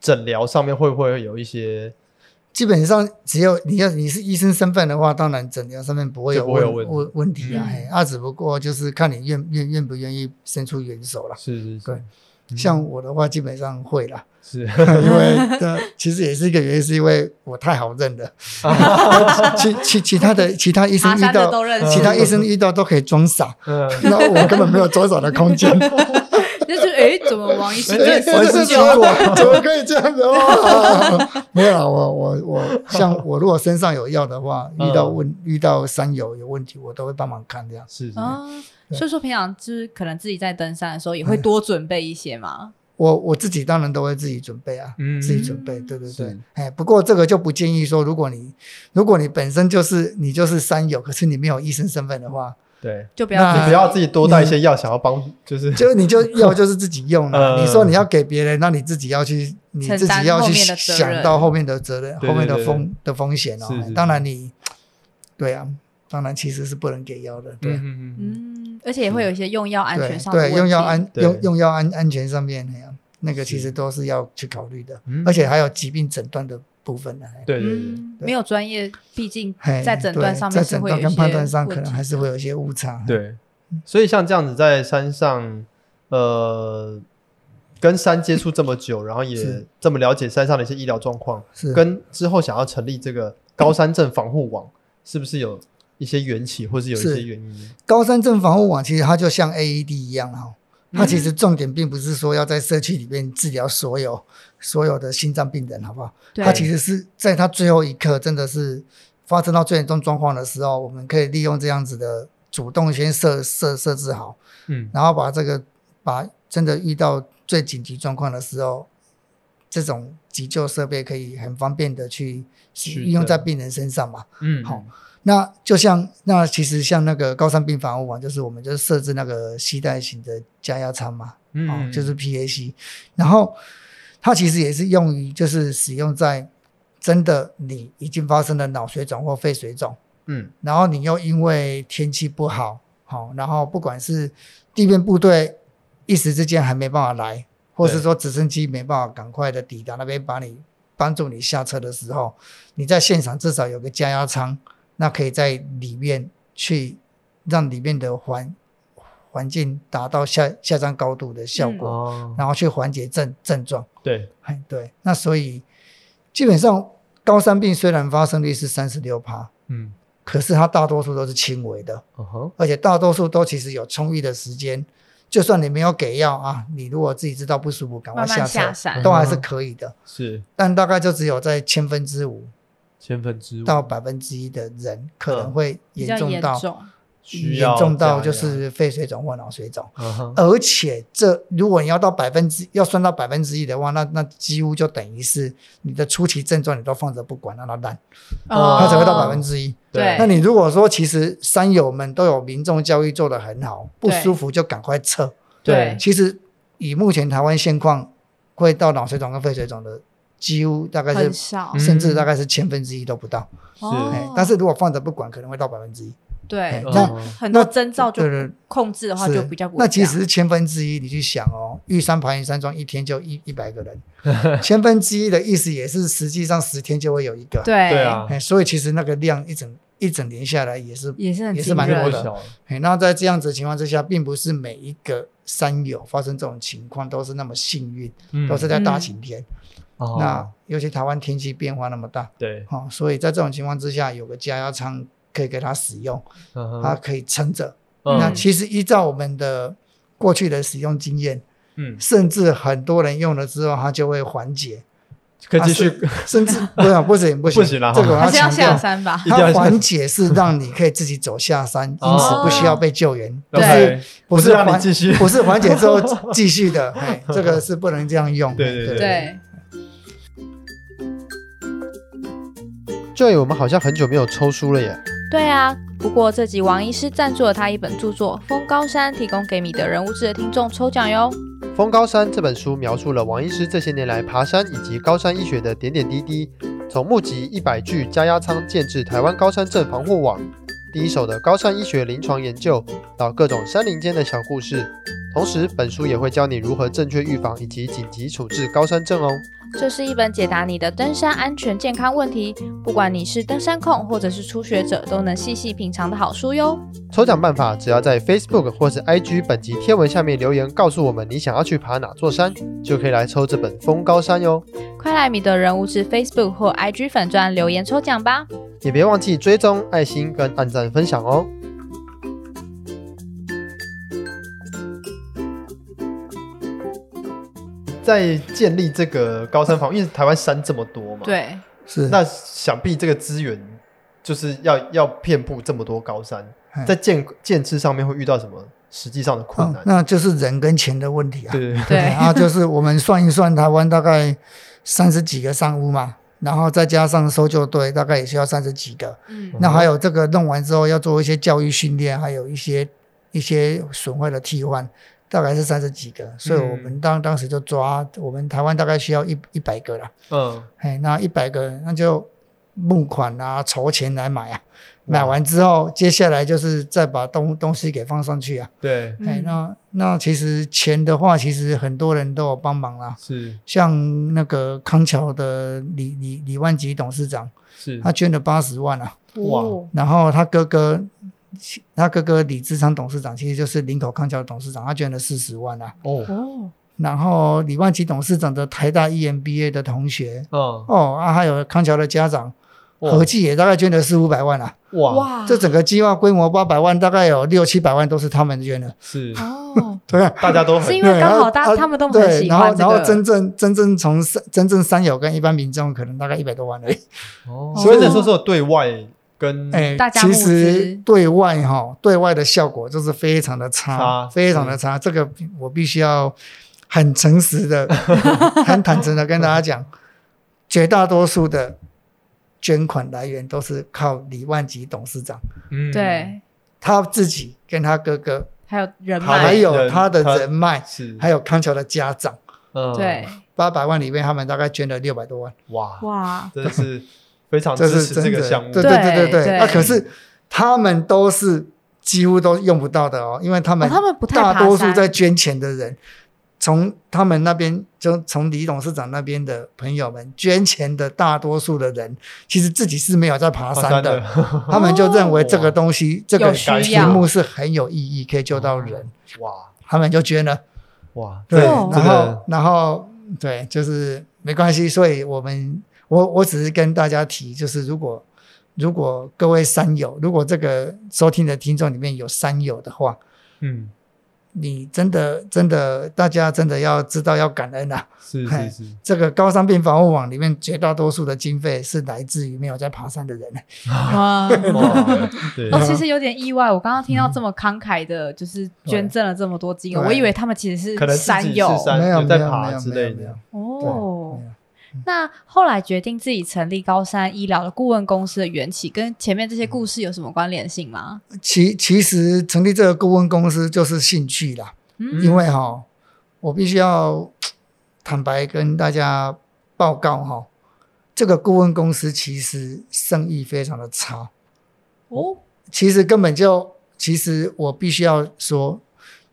[SPEAKER 2] 诊疗上面会不会有一些
[SPEAKER 3] 基本上只有你要你是医生身份的话，当然诊疗上面不会有
[SPEAKER 2] 就不会有
[SPEAKER 3] 问
[SPEAKER 2] 问
[SPEAKER 3] 问问题啊，
[SPEAKER 4] 嗯
[SPEAKER 3] 嘿啊，只不过就是看你愿愿愿不愿意伸出援手啦。
[SPEAKER 2] 是是是
[SPEAKER 3] 对
[SPEAKER 2] 嗯
[SPEAKER 3] 像我的话，基本上 会啦，
[SPEAKER 2] 是
[SPEAKER 3] 因为呃，其实也是一个原因，是因为我太好 认了。其其其他的其他医生
[SPEAKER 4] 爬
[SPEAKER 3] 遇
[SPEAKER 4] 山的
[SPEAKER 3] 到
[SPEAKER 4] 都认识，
[SPEAKER 3] 其他医生遇到都可以装傻，
[SPEAKER 2] 嗯，
[SPEAKER 4] 哦
[SPEAKER 3] 那我根本没有多少的空间。
[SPEAKER 4] 就是诶，怎么王
[SPEAKER 3] 哎
[SPEAKER 4] 医师变
[SPEAKER 3] 我
[SPEAKER 4] 四
[SPEAKER 3] 是
[SPEAKER 4] 九？
[SPEAKER 3] 说我怎么可以这样子哦？ 没有啦，我我我，像我如果身上有药的话，
[SPEAKER 2] 嗯
[SPEAKER 3] 遇到问遇到山友有问题，我都会帮忙看这样。
[SPEAKER 2] 是是
[SPEAKER 3] 嗯
[SPEAKER 4] 哦，所以说平常就是可能自己在登山的时候也会多准备一些嘛，
[SPEAKER 3] 我我自己当然都会自己准备啊，
[SPEAKER 2] 嗯
[SPEAKER 3] 自己准备，对对对
[SPEAKER 2] 是。
[SPEAKER 3] 哎，不过这个就不建议说，如果你如果你本身就是你就是山友，可是你没有医生身份的话，
[SPEAKER 2] 对，
[SPEAKER 4] 就不要
[SPEAKER 3] 那
[SPEAKER 2] 你不要自己多带一些药，想要帮 就是
[SPEAKER 3] 啊就你就药就是自己用了。
[SPEAKER 2] 嗯
[SPEAKER 3] 你说你要给别人，那你自己要去，你自己要去
[SPEAKER 4] 承担后面的责任
[SPEAKER 3] 想到
[SPEAKER 2] 对
[SPEAKER 3] 后面的责任，后面的
[SPEAKER 2] 对对
[SPEAKER 3] 风的风险哦
[SPEAKER 2] 是是。
[SPEAKER 3] 当然你，对啊，当然其实是不能给药的，对啊
[SPEAKER 2] 嗯嗯嗯
[SPEAKER 4] 嗯，而且也会有一些用药安全上的
[SPEAKER 3] 对
[SPEAKER 4] 问
[SPEAKER 3] 对，
[SPEAKER 4] 题
[SPEAKER 3] 用药安
[SPEAKER 2] 对
[SPEAKER 3] 用用药安安全上面哎呀那
[SPEAKER 2] 是
[SPEAKER 3] 个其实都是要去考虑的
[SPEAKER 2] 嗯，
[SPEAKER 3] 而且还有疾病诊断的部分呢。哎
[SPEAKER 2] 对对对
[SPEAKER 4] 嗯，没有专业，毕竟
[SPEAKER 3] 嘿
[SPEAKER 4] 在诊断
[SPEAKER 3] 对
[SPEAKER 4] 上
[SPEAKER 3] 在
[SPEAKER 4] 面是
[SPEAKER 3] 诊
[SPEAKER 4] 会有
[SPEAKER 3] 断
[SPEAKER 4] 一
[SPEAKER 3] 跟
[SPEAKER 4] 些
[SPEAKER 3] 判断上可
[SPEAKER 4] 问
[SPEAKER 3] 能
[SPEAKER 4] 题
[SPEAKER 3] 还是会有一些误差。
[SPEAKER 2] 对，所以像这样子在山上，呃，跟山接触这么久，然后也
[SPEAKER 3] 是
[SPEAKER 2] 这么了解山上的一些医疗状况，
[SPEAKER 3] 是
[SPEAKER 2] 跟之后想要成立这个高山症防护网，是不是有一些缘起，或是有一些
[SPEAKER 3] 是
[SPEAKER 2] 原因？
[SPEAKER 3] 高山症防护网其实它就像 AED 一样哈、哦，它其实重点并不是说要在社区里面治疗所有所有的心脏病人，好不好？
[SPEAKER 4] 对
[SPEAKER 3] 它其实是在它最后一刻，真的是发生到最严重状况的时候，我们可以利用这样子的主动先设设设置好，
[SPEAKER 2] 嗯，
[SPEAKER 3] 然后把这个把真的遇到最紧急状况的时候，这种急救设备可以很方便的去
[SPEAKER 2] 是的
[SPEAKER 3] 运用在病人身上嘛。
[SPEAKER 2] 嗯
[SPEAKER 3] 好，那就像那其实像那个高山病房屋网，就是我们就是设置那个吸带型的加压舱嘛，
[SPEAKER 2] 嗯
[SPEAKER 3] 哦，就是 PAC，然后它其实也是用于就是使用在真的你已经发生了脑水肿或肺水肿，
[SPEAKER 2] 嗯
[SPEAKER 3] 然后你又因为天气不好，好、然后不管是地面部队一时之间还没办法来，或是
[SPEAKER 2] 对
[SPEAKER 3] 说直升机没办法赶快的抵达那边把你帮助你下车的时候，你在现场至少有个加压舱，那可以在里面去让里面的环环境达到下下降高度的效果，
[SPEAKER 2] 哦，
[SPEAKER 3] 然后去缓解症症状。
[SPEAKER 2] 对，
[SPEAKER 3] 哎，对，那所以基本上高山病虽然发生率是三十六趴，
[SPEAKER 2] 嗯，
[SPEAKER 3] 可是它大多数都是轻微的，
[SPEAKER 2] 嗯哼，
[SPEAKER 3] 而且大多数都其实有充裕的时间就算你没有给药啊，你如果自己知道不舒服，赶快
[SPEAKER 1] 慢慢
[SPEAKER 3] 下
[SPEAKER 1] 下
[SPEAKER 3] 车，
[SPEAKER 1] 山。
[SPEAKER 3] 都还是可以的。
[SPEAKER 2] 是
[SPEAKER 3] 但大概就只有在千分之五
[SPEAKER 2] 千分之五
[SPEAKER 3] 到百分之一的人可能会
[SPEAKER 1] 比
[SPEAKER 3] 严
[SPEAKER 1] 较
[SPEAKER 3] 重
[SPEAKER 1] 严
[SPEAKER 3] 到
[SPEAKER 1] 重，
[SPEAKER 2] 嗯需要
[SPEAKER 3] 严重
[SPEAKER 2] 加
[SPEAKER 3] 到
[SPEAKER 2] 压
[SPEAKER 3] 就是肺水肿或脑水肿。
[SPEAKER 2] 嗯哼
[SPEAKER 3] 而且这如果你要到百分之要算到百分之一的话，那那几乎就等于是你的初期症状你都放着不管，让它烂，
[SPEAKER 2] 哦
[SPEAKER 3] 嗯它才会到百
[SPEAKER 1] 之
[SPEAKER 3] 分之一。
[SPEAKER 1] 对
[SPEAKER 3] 那你如果说其实山友们都有民众教育做得很好，不
[SPEAKER 1] 对
[SPEAKER 3] 舒服就赶快撤。
[SPEAKER 1] 哦对
[SPEAKER 3] 其实以目前台湾现况，会到脑水肿跟肺水肿的几乎大概
[SPEAKER 1] 很
[SPEAKER 3] 是，
[SPEAKER 1] 少嗯
[SPEAKER 2] 嗯。
[SPEAKER 3] 甚至大概是千分之一都不到。
[SPEAKER 2] 哦
[SPEAKER 3] 哎，但是如果放着不管，可能会到百分之一。
[SPEAKER 1] 对
[SPEAKER 3] 哎，
[SPEAKER 2] 嗯
[SPEAKER 3] 那
[SPEAKER 1] 很多
[SPEAKER 3] 那
[SPEAKER 1] 征兆就
[SPEAKER 3] 对对
[SPEAKER 1] 控制的话
[SPEAKER 3] 是
[SPEAKER 1] 就比较不会
[SPEAKER 3] 那其
[SPEAKER 1] 这样
[SPEAKER 3] 实千分之一，你去想哦，玉山盘云山庄一天就一一百个人， 千分之一的意思也是实际上十天就会有一个。
[SPEAKER 1] 对
[SPEAKER 2] 对，啊，
[SPEAKER 3] 哎，所以其实那个量一整一整年下来也是
[SPEAKER 1] 也是很
[SPEAKER 3] 也是
[SPEAKER 1] 惊
[SPEAKER 3] 蛮
[SPEAKER 1] 人
[SPEAKER 3] 多
[SPEAKER 2] 不
[SPEAKER 3] 的
[SPEAKER 2] 小了
[SPEAKER 3] 哎，那在这样子的情况之下，并不是每一个山友发生这种情况都是那么幸运，
[SPEAKER 2] 嗯
[SPEAKER 3] 都是在大
[SPEAKER 1] 嗯
[SPEAKER 3] 晴天。
[SPEAKER 2] 哦
[SPEAKER 3] 那尤其台湾天气变化那么大，
[SPEAKER 2] 对，
[SPEAKER 3] 哦，所以在这种情况之下，有个加压舱可以给他使用，
[SPEAKER 2] 嗯
[SPEAKER 3] 他
[SPEAKER 2] 哼
[SPEAKER 3] 可以撑着。
[SPEAKER 1] 嗯
[SPEAKER 3] 那其实依照我们的过去的使用经验，
[SPEAKER 2] 嗯，
[SPEAKER 3] 甚至很多人用了之后，它就会缓解，
[SPEAKER 2] 可以继续
[SPEAKER 3] 啊甚 至不行不行不行
[SPEAKER 2] 不行啦
[SPEAKER 3] 这个我
[SPEAKER 1] 还是要
[SPEAKER 3] 强
[SPEAKER 1] 下
[SPEAKER 3] 调。
[SPEAKER 1] 山吧？
[SPEAKER 2] 一定要
[SPEAKER 3] 它
[SPEAKER 2] 下
[SPEAKER 3] 缓解是让你可以自己走下山，因此不
[SPEAKER 1] 哦
[SPEAKER 3] 需要被救援，
[SPEAKER 1] 对
[SPEAKER 2] 哦
[SPEAKER 3] 不
[SPEAKER 1] 对
[SPEAKER 3] 是
[SPEAKER 2] OK，
[SPEAKER 3] 不
[SPEAKER 2] 不是
[SPEAKER 3] 是
[SPEAKER 2] 让你
[SPEAKER 3] 缓
[SPEAKER 2] 继续
[SPEAKER 3] 不是缓解之后 继续的，嘿，这个是不能这样用。
[SPEAKER 2] 对对对
[SPEAKER 1] 对，
[SPEAKER 5] 这我们好像很久没有抽书了耶。
[SPEAKER 1] 对啊，不过这集王医师赞助了他一本著作《风高山》，提供给米的人物志的听众抽奖哟。
[SPEAKER 5] 《峰高山》这本书描述了王医师这些年来爬山以及高山医学的点点滴滴，从募集一百具加压舱建制台湾高山镇防护网，第一手的高山医学临床研究，到各种山林间的小故事。同时，本书也会教你如何正确预防以及紧急处置高山症哦。
[SPEAKER 1] 这是一本解答你的登山安全健康问题，不管你是登山控或者是初学者，都能细细品尝的好书哟。
[SPEAKER 5] 抽奖办法只要在 Facebook 或是 IG 本集贴文下面留言，告诉我们你想要去爬哪座山，就可以来抽这本《峰高山》哟。
[SPEAKER 1] 快来米的人物志 Facebook 或 IG 粉专留言抽奖吧。
[SPEAKER 5] 也别忘记追踪、爱心跟按赞分享哦。
[SPEAKER 2] 在建立这个高山防，因为台湾山这么多嘛，，
[SPEAKER 1] 对，
[SPEAKER 3] 是
[SPEAKER 2] 那想必这个资源就是要要遍布这么多高山，
[SPEAKER 3] 嗯
[SPEAKER 2] 在建建制上面会遇到什么实际上的困
[SPEAKER 3] 嗯
[SPEAKER 2] 难？
[SPEAKER 3] 那就是人跟钱的问题啊。
[SPEAKER 2] 对对
[SPEAKER 1] 对
[SPEAKER 3] 啊，就是我们算一算，台湾大概三十几个山屋嘛，然后再加上搜救队，大概也需要三十几个。
[SPEAKER 1] 嗯
[SPEAKER 3] 那还有这个弄完之后要做一些教育训练，还有一些一些损坏的替换，大概是三十几个。所以我们当当时就抓，我们台湾大概需要一一百个啦。
[SPEAKER 2] 嗯，
[SPEAKER 3] 哎，那一百个那就募款啊，筹钱来买啊。买完之后，接下来就是再把东东西给放上去啊。
[SPEAKER 2] 对，
[SPEAKER 1] 嗯
[SPEAKER 3] 哎，那那其实钱的话，其实很多人都有帮忙啦、
[SPEAKER 2] 是
[SPEAKER 3] 像那个康桥的李李李万吉董事长，
[SPEAKER 2] 是
[SPEAKER 3] 他捐了八十万啊，
[SPEAKER 2] 哇
[SPEAKER 1] 哦
[SPEAKER 3] 然后他哥哥，他哥哥李志昌董事长其实就是林口康桥董事长，他捐了四十万啊。
[SPEAKER 2] 哦，
[SPEAKER 1] 哦，
[SPEAKER 3] 然后李万吉董事长的台大 E EMBA 的同学，
[SPEAKER 2] 嗯
[SPEAKER 3] 哦啊，还有康桥的家长，
[SPEAKER 2] 哇
[SPEAKER 3] 合计也大概捐了四五百万啊。
[SPEAKER 2] 哇
[SPEAKER 1] 哇，
[SPEAKER 3] 这整个计划规模八百万，大概有六七百万都是他们捐的，
[SPEAKER 2] 是，
[SPEAKER 1] 哦，
[SPEAKER 3] 对啊。
[SPEAKER 2] 大家都
[SPEAKER 1] 是
[SPEAKER 2] 很
[SPEAKER 1] 因为刚好
[SPEAKER 3] 对然
[SPEAKER 1] 大
[SPEAKER 3] 后啊
[SPEAKER 1] 他们都
[SPEAKER 3] 对，
[SPEAKER 1] 很喜
[SPEAKER 3] 然后
[SPEAKER 1] 欢这
[SPEAKER 3] 然后真
[SPEAKER 1] 个，
[SPEAKER 3] 正真正从山真正山友跟一般民众可能大概一百多万而已。
[SPEAKER 2] 哦，
[SPEAKER 1] 哦
[SPEAKER 2] 所以那时候是有对外跟
[SPEAKER 3] 哎、
[SPEAKER 1] 嗯大家
[SPEAKER 3] 其
[SPEAKER 1] 募
[SPEAKER 3] 实
[SPEAKER 1] 资
[SPEAKER 3] 对外哈，对外的效果就是非常的差，
[SPEAKER 2] 差
[SPEAKER 3] 非常的差。这个我必须要很诚实 的、很坦诚的跟大家讲，绝大多数的捐款来源都是靠李万吉董事长
[SPEAKER 2] 嗯，
[SPEAKER 1] 对，
[SPEAKER 3] 他自己跟他哥哥，
[SPEAKER 1] 还有人
[SPEAKER 2] 他的
[SPEAKER 3] 还
[SPEAKER 1] 脉，
[SPEAKER 3] 有
[SPEAKER 2] 人
[SPEAKER 3] 他的
[SPEAKER 2] 他
[SPEAKER 3] 人脉，
[SPEAKER 2] 是，
[SPEAKER 3] 还有康桥的家长。
[SPEAKER 2] 嗯
[SPEAKER 1] 对，，
[SPEAKER 3] 八百万里面，他们大概捐了六百多万，
[SPEAKER 2] 哇，
[SPEAKER 1] 哇，
[SPEAKER 2] 真的是非常
[SPEAKER 3] 这
[SPEAKER 2] 哦支持
[SPEAKER 3] 是真
[SPEAKER 2] 这
[SPEAKER 3] 的。
[SPEAKER 2] 个项目，
[SPEAKER 3] 对对对
[SPEAKER 1] 对
[SPEAKER 3] 对，那、
[SPEAKER 1] 对
[SPEAKER 3] 可是他们都是几乎都用不到的哦，因为他
[SPEAKER 1] 哦
[SPEAKER 3] 们
[SPEAKER 1] 他们不太
[SPEAKER 3] 大
[SPEAKER 1] 爬
[SPEAKER 3] 多数
[SPEAKER 1] 山，
[SPEAKER 3] 在捐钱的人，从他们那边，就从李董事长那边的朋友们捐钱的大多数的人，其实自己是没有在爬
[SPEAKER 2] 爬
[SPEAKER 3] 山的，
[SPEAKER 2] 哦的，
[SPEAKER 3] 他们就认为这个东西、这个
[SPEAKER 1] 哦有需要
[SPEAKER 3] 题目是很有意义，可以救到人，
[SPEAKER 2] 哦哇
[SPEAKER 3] 他们就捐了。
[SPEAKER 2] 哇，
[SPEAKER 3] 对，
[SPEAKER 1] 哦
[SPEAKER 3] 然
[SPEAKER 2] 这
[SPEAKER 3] 后
[SPEAKER 2] 个
[SPEAKER 3] 然后对，就是没关系，所以我们我我只是跟大家提，就是如果。如果各位山友，如果这个收听的听众里面有山友的话，
[SPEAKER 2] 嗯，
[SPEAKER 3] 你真的真的，大家真的要知道要感恩啊！
[SPEAKER 2] 是
[SPEAKER 3] 嗨
[SPEAKER 2] 是是，
[SPEAKER 3] 这个高山病防护网里面绝大多数的经费是来自于没有在爬山的人。
[SPEAKER 1] 哇！
[SPEAKER 3] 啊
[SPEAKER 2] 哇，对
[SPEAKER 1] 我、，其实有点意外，我刚刚听到这么慷慨的，就是捐赠了这么多金额，
[SPEAKER 3] 对
[SPEAKER 1] 我以为他们其实
[SPEAKER 2] 可能自己
[SPEAKER 1] 山友
[SPEAKER 2] 是山
[SPEAKER 3] 没有
[SPEAKER 2] 有在
[SPEAKER 3] 没有
[SPEAKER 2] 爬
[SPEAKER 3] 没有
[SPEAKER 2] 之
[SPEAKER 3] 没有
[SPEAKER 2] 类
[SPEAKER 3] 没
[SPEAKER 2] 的
[SPEAKER 3] 有
[SPEAKER 1] 哦
[SPEAKER 3] 对没嗯有。
[SPEAKER 1] 那后来决定自己成立高山医疗的顾问公司的缘起，跟前面这些故事有什么关联性吗？
[SPEAKER 3] 其其实成立这个顾问公司就是兴趣啦，
[SPEAKER 1] 嗯
[SPEAKER 3] 因为哈、我必须要坦白跟大家报告哈、这个顾问公司其实生意非常的差，
[SPEAKER 1] 哦，
[SPEAKER 3] 其实根本就，其实我必须要说，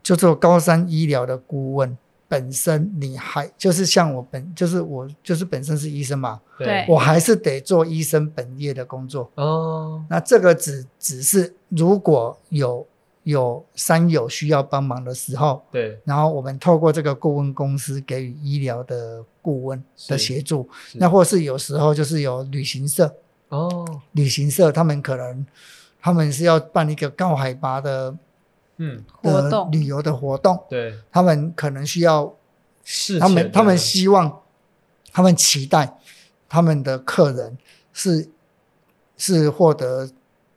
[SPEAKER 3] 就做高山医疗的顾问本身，你还就是像我本就是我就是本身是医生嘛，
[SPEAKER 1] 对
[SPEAKER 3] 我还是得做医生本业的工作。
[SPEAKER 2] 哦，
[SPEAKER 3] 那这个只只是如果有有山友需要帮忙的时候，
[SPEAKER 2] 对，
[SPEAKER 3] 然后我们透过这个顾问公司给予医疗的顾问
[SPEAKER 2] 是
[SPEAKER 3] 的协助，
[SPEAKER 2] 是
[SPEAKER 3] 那或是有时候就是有旅行社，
[SPEAKER 2] 哦，
[SPEAKER 3] 旅行社他们可能他们是要办一个高海拔的
[SPEAKER 2] 嗯，
[SPEAKER 3] 的
[SPEAKER 1] 活动
[SPEAKER 3] 旅游的活动，
[SPEAKER 2] 对，
[SPEAKER 3] 他们可能需要
[SPEAKER 2] 是
[SPEAKER 3] 他们他们希望他们期待他们的客人是是获得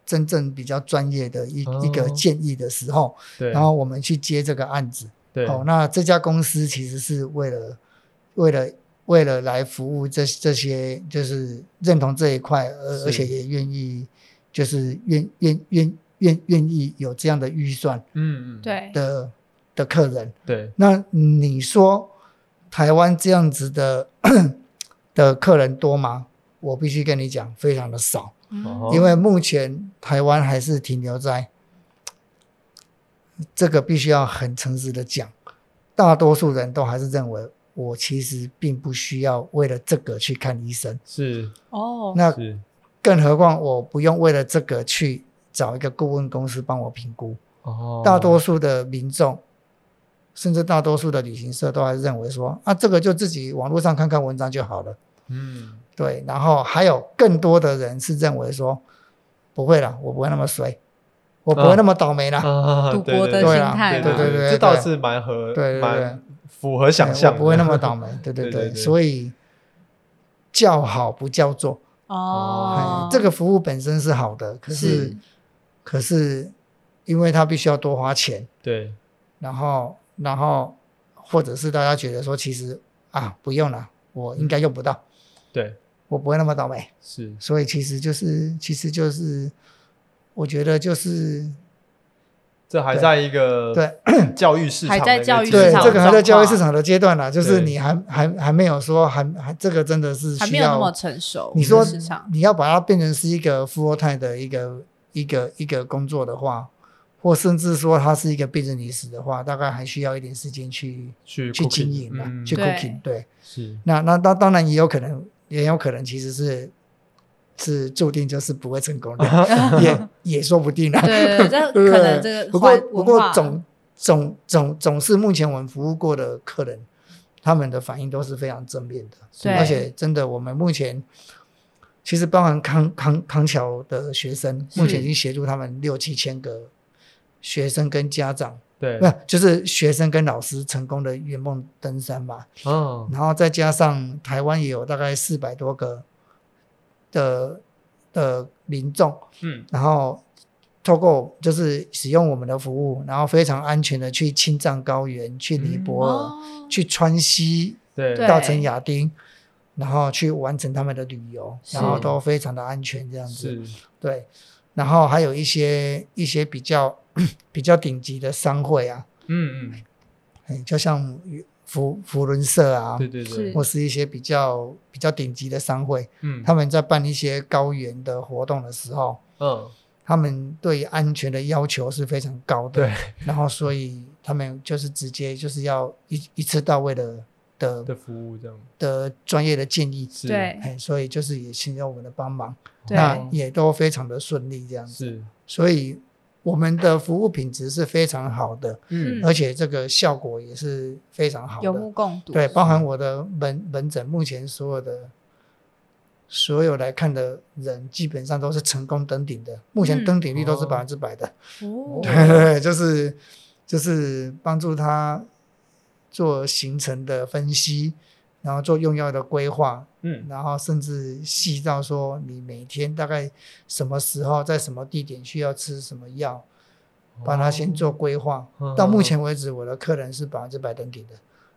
[SPEAKER 3] 真正比较专业的一、
[SPEAKER 2] 哦
[SPEAKER 3] 一个建议的时候，
[SPEAKER 2] 对，
[SPEAKER 3] 然后我们去接这个案子。
[SPEAKER 2] 对，
[SPEAKER 3] 哦，那这家公司其实是为了为了为了来服务这这些，就是认同这一块，而
[SPEAKER 2] 是
[SPEAKER 3] 而且也愿意，就是愿愿愿愿愿意有这样的预算
[SPEAKER 2] 嗯嗯，
[SPEAKER 1] 对，
[SPEAKER 3] 的的客人。
[SPEAKER 2] 对
[SPEAKER 3] 那你说台湾这样子的 的客人多吗？我必须跟你讲，非常的少，
[SPEAKER 2] 哦
[SPEAKER 3] 因为目前台湾还是停留在 这个，必须要很诚实的讲，大多数人都还是认为我其实并不需要为了这个去看医生，
[SPEAKER 2] 是
[SPEAKER 1] 哦，
[SPEAKER 3] 那
[SPEAKER 2] 是，
[SPEAKER 3] 更何况我不用为了这个去找一个顾问公司帮我评估。
[SPEAKER 2] 哦，
[SPEAKER 3] 大多数的民众，甚至大多数的旅行社都还是认为说，啊，这个就自己网络上看看文章就好了。
[SPEAKER 2] 嗯，
[SPEAKER 3] 对，然后还有更多的人是认为说，不会啦，我不会那么衰，我不会那么倒霉啦。
[SPEAKER 2] 啊，
[SPEAKER 1] 赌
[SPEAKER 2] 对
[SPEAKER 1] 博的
[SPEAKER 2] 对
[SPEAKER 1] 心
[SPEAKER 3] 对啊
[SPEAKER 1] 态
[SPEAKER 2] 对
[SPEAKER 1] 嘛，
[SPEAKER 3] 对对
[SPEAKER 2] 嗯这倒
[SPEAKER 3] 对
[SPEAKER 2] 是蛮合，
[SPEAKER 3] 对对
[SPEAKER 2] 蛮符合
[SPEAKER 3] 对
[SPEAKER 2] 想象
[SPEAKER 3] 我
[SPEAKER 2] 的，
[SPEAKER 3] 不会那么倒霉。对
[SPEAKER 2] 对
[SPEAKER 3] 对，
[SPEAKER 2] 对对
[SPEAKER 3] 所以叫好不叫座、
[SPEAKER 1] 哦
[SPEAKER 3] 哎，这个服务本身是好的，可是
[SPEAKER 1] 是
[SPEAKER 3] 可是因为他必须要多花钱，
[SPEAKER 2] 对，
[SPEAKER 3] 然后然后或者是大家觉得说，其实啊不用了，我应该用不到，
[SPEAKER 2] 对，
[SPEAKER 3] 我不会那么倒霉。
[SPEAKER 2] 是，
[SPEAKER 3] 所以其实就是其实就是，我觉得就是
[SPEAKER 2] 这还
[SPEAKER 3] 对
[SPEAKER 2] 在一个
[SPEAKER 3] 对
[SPEAKER 2] 教育市场
[SPEAKER 1] 还
[SPEAKER 2] 的
[SPEAKER 1] 在
[SPEAKER 2] 一个
[SPEAKER 1] 教育
[SPEAKER 2] 阶
[SPEAKER 1] 市
[SPEAKER 3] 对
[SPEAKER 1] 场
[SPEAKER 2] 段
[SPEAKER 3] 这个还在
[SPEAKER 1] 状
[SPEAKER 3] 教育
[SPEAKER 1] 况
[SPEAKER 3] 市场的阶段啦，就是
[SPEAKER 2] 对
[SPEAKER 3] 你还还还没有说还还这个真的是
[SPEAKER 1] 还
[SPEAKER 3] 需
[SPEAKER 1] 没有那么
[SPEAKER 3] 要
[SPEAKER 1] 成熟。
[SPEAKER 3] 你说
[SPEAKER 1] 市场
[SPEAKER 3] 你要把它变成是一个 full time 的一个一个一个工作的话。或甚至说它是一个 business 的话，大概还需要一点时间去
[SPEAKER 2] 去
[SPEAKER 3] 去
[SPEAKER 2] cooking，
[SPEAKER 3] 经营啊，
[SPEAKER 2] 嗯
[SPEAKER 3] 去
[SPEAKER 1] 对
[SPEAKER 3] cooking，对，
[SPEAKER 2] 是
[SPEAKER 3] 那那那当然也有可能，也有可能其实是是注定就是不会成功 的，也也说不定啊。
[SPEAKER 1] 对对，对这
[SPEAKER 3] 对不对
[SPEAKER 1] 可能这个
[SPEAKER 3] 不过
[SPEAKER 1] 环
[SPEAKER 3] 不
[SPEAKER 1] 文
[SPEAKER 3] 过
[SPEAKER 1] 化
[SPEAKER 3] 总总总总是目前我们服务过的客人，他们的反应都是非常正面的，
[SPEAKER 1] 对
[SPEAKER 3] 而且真的我们目前。其实包含康康康桥的学生，目前已经协助他们六七千个学生跟家长，
[SPEAKER 2] 对
[SPEAKER 3] 不，就是学生跟老师成功的圆梦登山嘛。
[SPEAKER 2] 嗯，
[SPEAKER 3] 然后再加上台湾也有大概四百多个的的民众，
[SPEAKER 2] 嗯，
[SPEAKER 3] 然后透过就是使用我们的服务，然后非常安全的去青藏高原、去尼泊尔、
[SPEAKER 1] 哦
[SPEAKER 3] 去川西
[SPEAKER 2] 对
[SPEAKER 1] 对
[SPEAKER 3] 稻城亚丁，然后去完成他们的旅游，
[SPEAKER 1] 是
[SPEAKER 3] 然后都非常的安全这样子。
[SPEAKER 2] 是，
[SPEAKER 3] 对，然后还有一些一些比较 比较顶级的商会啊，
[SPEAKER 2] 嗯嗯，
[SPEAKER 3] 哎就像福福伦社啊，
[SPEAKER 2] 对对
[SPEAKER 1] 是
[SPEAKER 2] 对，
[SPEAKER 3] 或是一些比较比较顶级的商会，
[SPEAKER 2] 嗯
[SPEAKER 3] 他们在办一些高原的活动的时候，
[SPEAKER 2] 嗯，
[SPEAKER 3] 他们对安全的要求是非常高的。
[SPEAKER 2] 对，
[SPEAKER 3] 然后所以他们就是直接就是要一一次到位的的
[SPEAKER 2] 的服务这样
[SPEAKER 3] 的专业的建议，
[SPEAKER 2] 是，
[SPEAKER 1] 对
[SPEAKER 3] 哎，所以就是也请求我们的帮忙，
[SPEAKER 1] 对
[SPEAKER 3] 那也都非常的顺利这样子。
[SPEAKER 2] 是，
[SPEAKER 3] 所以我们的服务品质是非常好的，
[SPEAKER 1] 嗯
[SPEAKER 3] 而且这个效果也是非常好的，
[SPEAKER 1] 有目共睹。
[SPEAKER 3] 对，包含我的门门诊，目前所有的所有来看的人，基本上都是成功登顶的。目前
[SPEAKER 1] 嗯
[SPEAKER 3] 登顶率都是
[SPEAKER 2] 哦
[SPEAKER 3] 百分之百的，
[SPEAKER 1] 哦
[SPEAKER 3] 对对对，就是就是帮助他做行程的分析，然后做用药的规划，
[SPEAKER 2] 嗯，
[SPEAKER 3] 然后甚至细到说你每天大概什么时候在什么地点需要吃什么药，帮他先做规划。
[SPEAKER 2] 哦
[SPEAKER 3] 到目前为止，我的客人是百分之百登顶的，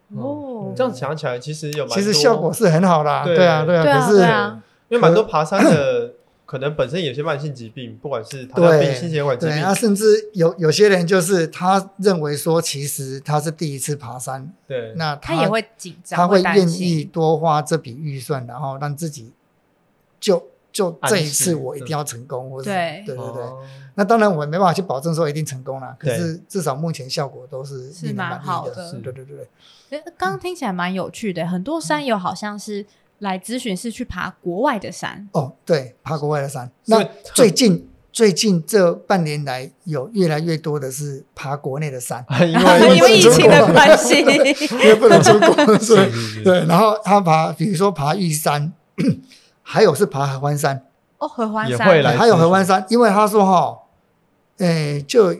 [SPEAKER 3] 嗯
[SPEAKER 1] 哦
[SPEAKER 2] 这样想起来，其实有蛮
[SPEAKER 3] 其实
[SPEAKER 2] 多
[SPEAKER 3] 效果是很好啦。
[SPEAKER 2] 对
[SPEAKER 3] 对啊，对
[SPEAKER 1] 对
[SPEAKER 3] 啊。
[SPEAKER 1] 啊
[SPEAKER 3] 可
[SPEAKER 1] 对
[SPEAKER 3] 是
[SPEAKER 1] 啊，
[SPEAKER 2] 因为蛮多爬山的，可能本身有些慢性疾病，不管是糖尿病、
[SPEAKER 3] 对
[SPEAKER 2] 心血管疾
[SPEAKER 3] 对，
[SPEAKER 2] 病
[SPEAKER 3] 啊，，甚至有有些人就是他认为说，其实他是第一次爬山，
[SPEAKER 2] 对，
[SPEAKER 3] 那
[SPEAKER 1] 他也会紧张，
[SPEAKER 3] 他会
[SPEAKER 1] 担
[SPEAKER 3] 愿
[SPEAKER 1] 心
[SPEAKER 3] 意多花这笔预算，然后让自己就就
[SPEAKER 2] 安
[SPEAKER 3] 这一
[SPEAKER 2] 心
[SPEAKER 3] 次我一
[SPEAKER 2] 嗯
[SPEAKER 3] 定要成功，或者
[SPEAKER 1] 对
[SPEAKER 3] 对对对。
[SPEAKER 2] 哦
[SPEAKER 3] 那当然我们没办法去保证说一定成功啦，可
[SPEAKER 2] 对
[SPEAKER 3] 是至少目前效果都是
[SPEAKER 1] 是
[SPEAKER 3] 令人
[SPEAKER 1] 蛮
[SPEAKER 3] 满意
[SPEAKER 1] 好
[SPEAKER 3] 的
[SPEAKER 1] 的
[SPEAKER 2] 是
[SPEAKER 3] 对对对对，
[SPEAKER 1] 诶刚刚听起来蛮有趣的，很多
[SPEAKER 3] 嗯
[SPEAKER 1] 山友好像是来咨询是去爬国外的山，
[SPEAKER 3] 哦，对，爬国外的山。
[SPEAKER 2] 所以，
[SPEAKER 3] 那最近最近这半年来，有越来越多的是爬国内的山
[SPEAKER 2] 因
[SPEAKER 1] 因为
[SPEAKER 2] 为
[SPEAKER 1] 疫情的关系，
[SPEAKER 3] 因为不能出国，所以
[SPEAKER 2] 是是是
[SPEAKER 3] 对。然后他爬，比如说爬玉山， 还有是爬合欢山，
[SPEAKER 1] 哦，合欢
[SPEAKER 2] 也
[SPEAKER 1] 山
[SPEAKER 2] 会来
[SPEAKER 3] 还有
[SPEAKER 2] 咨询
[SPEAKER 3] 合欢山，因为他说哈，诶、就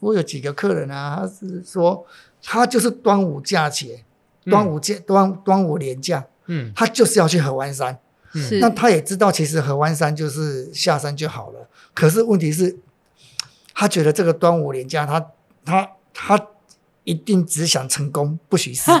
[SPEAKER 3] 我有几个客人啊，他是说他就是端午假期，端午假、端端午连假，
[SPEAKER 2] 嗯
[SPEAKER 3] 他就是要去合欢山。
[SPEAKER 1] 是
[SPEAKER 3] 那他也知道，其实合欢山就是下山就好了。可是问题是，他觉得这个端午连假，他他他一定只想成功，不许失败，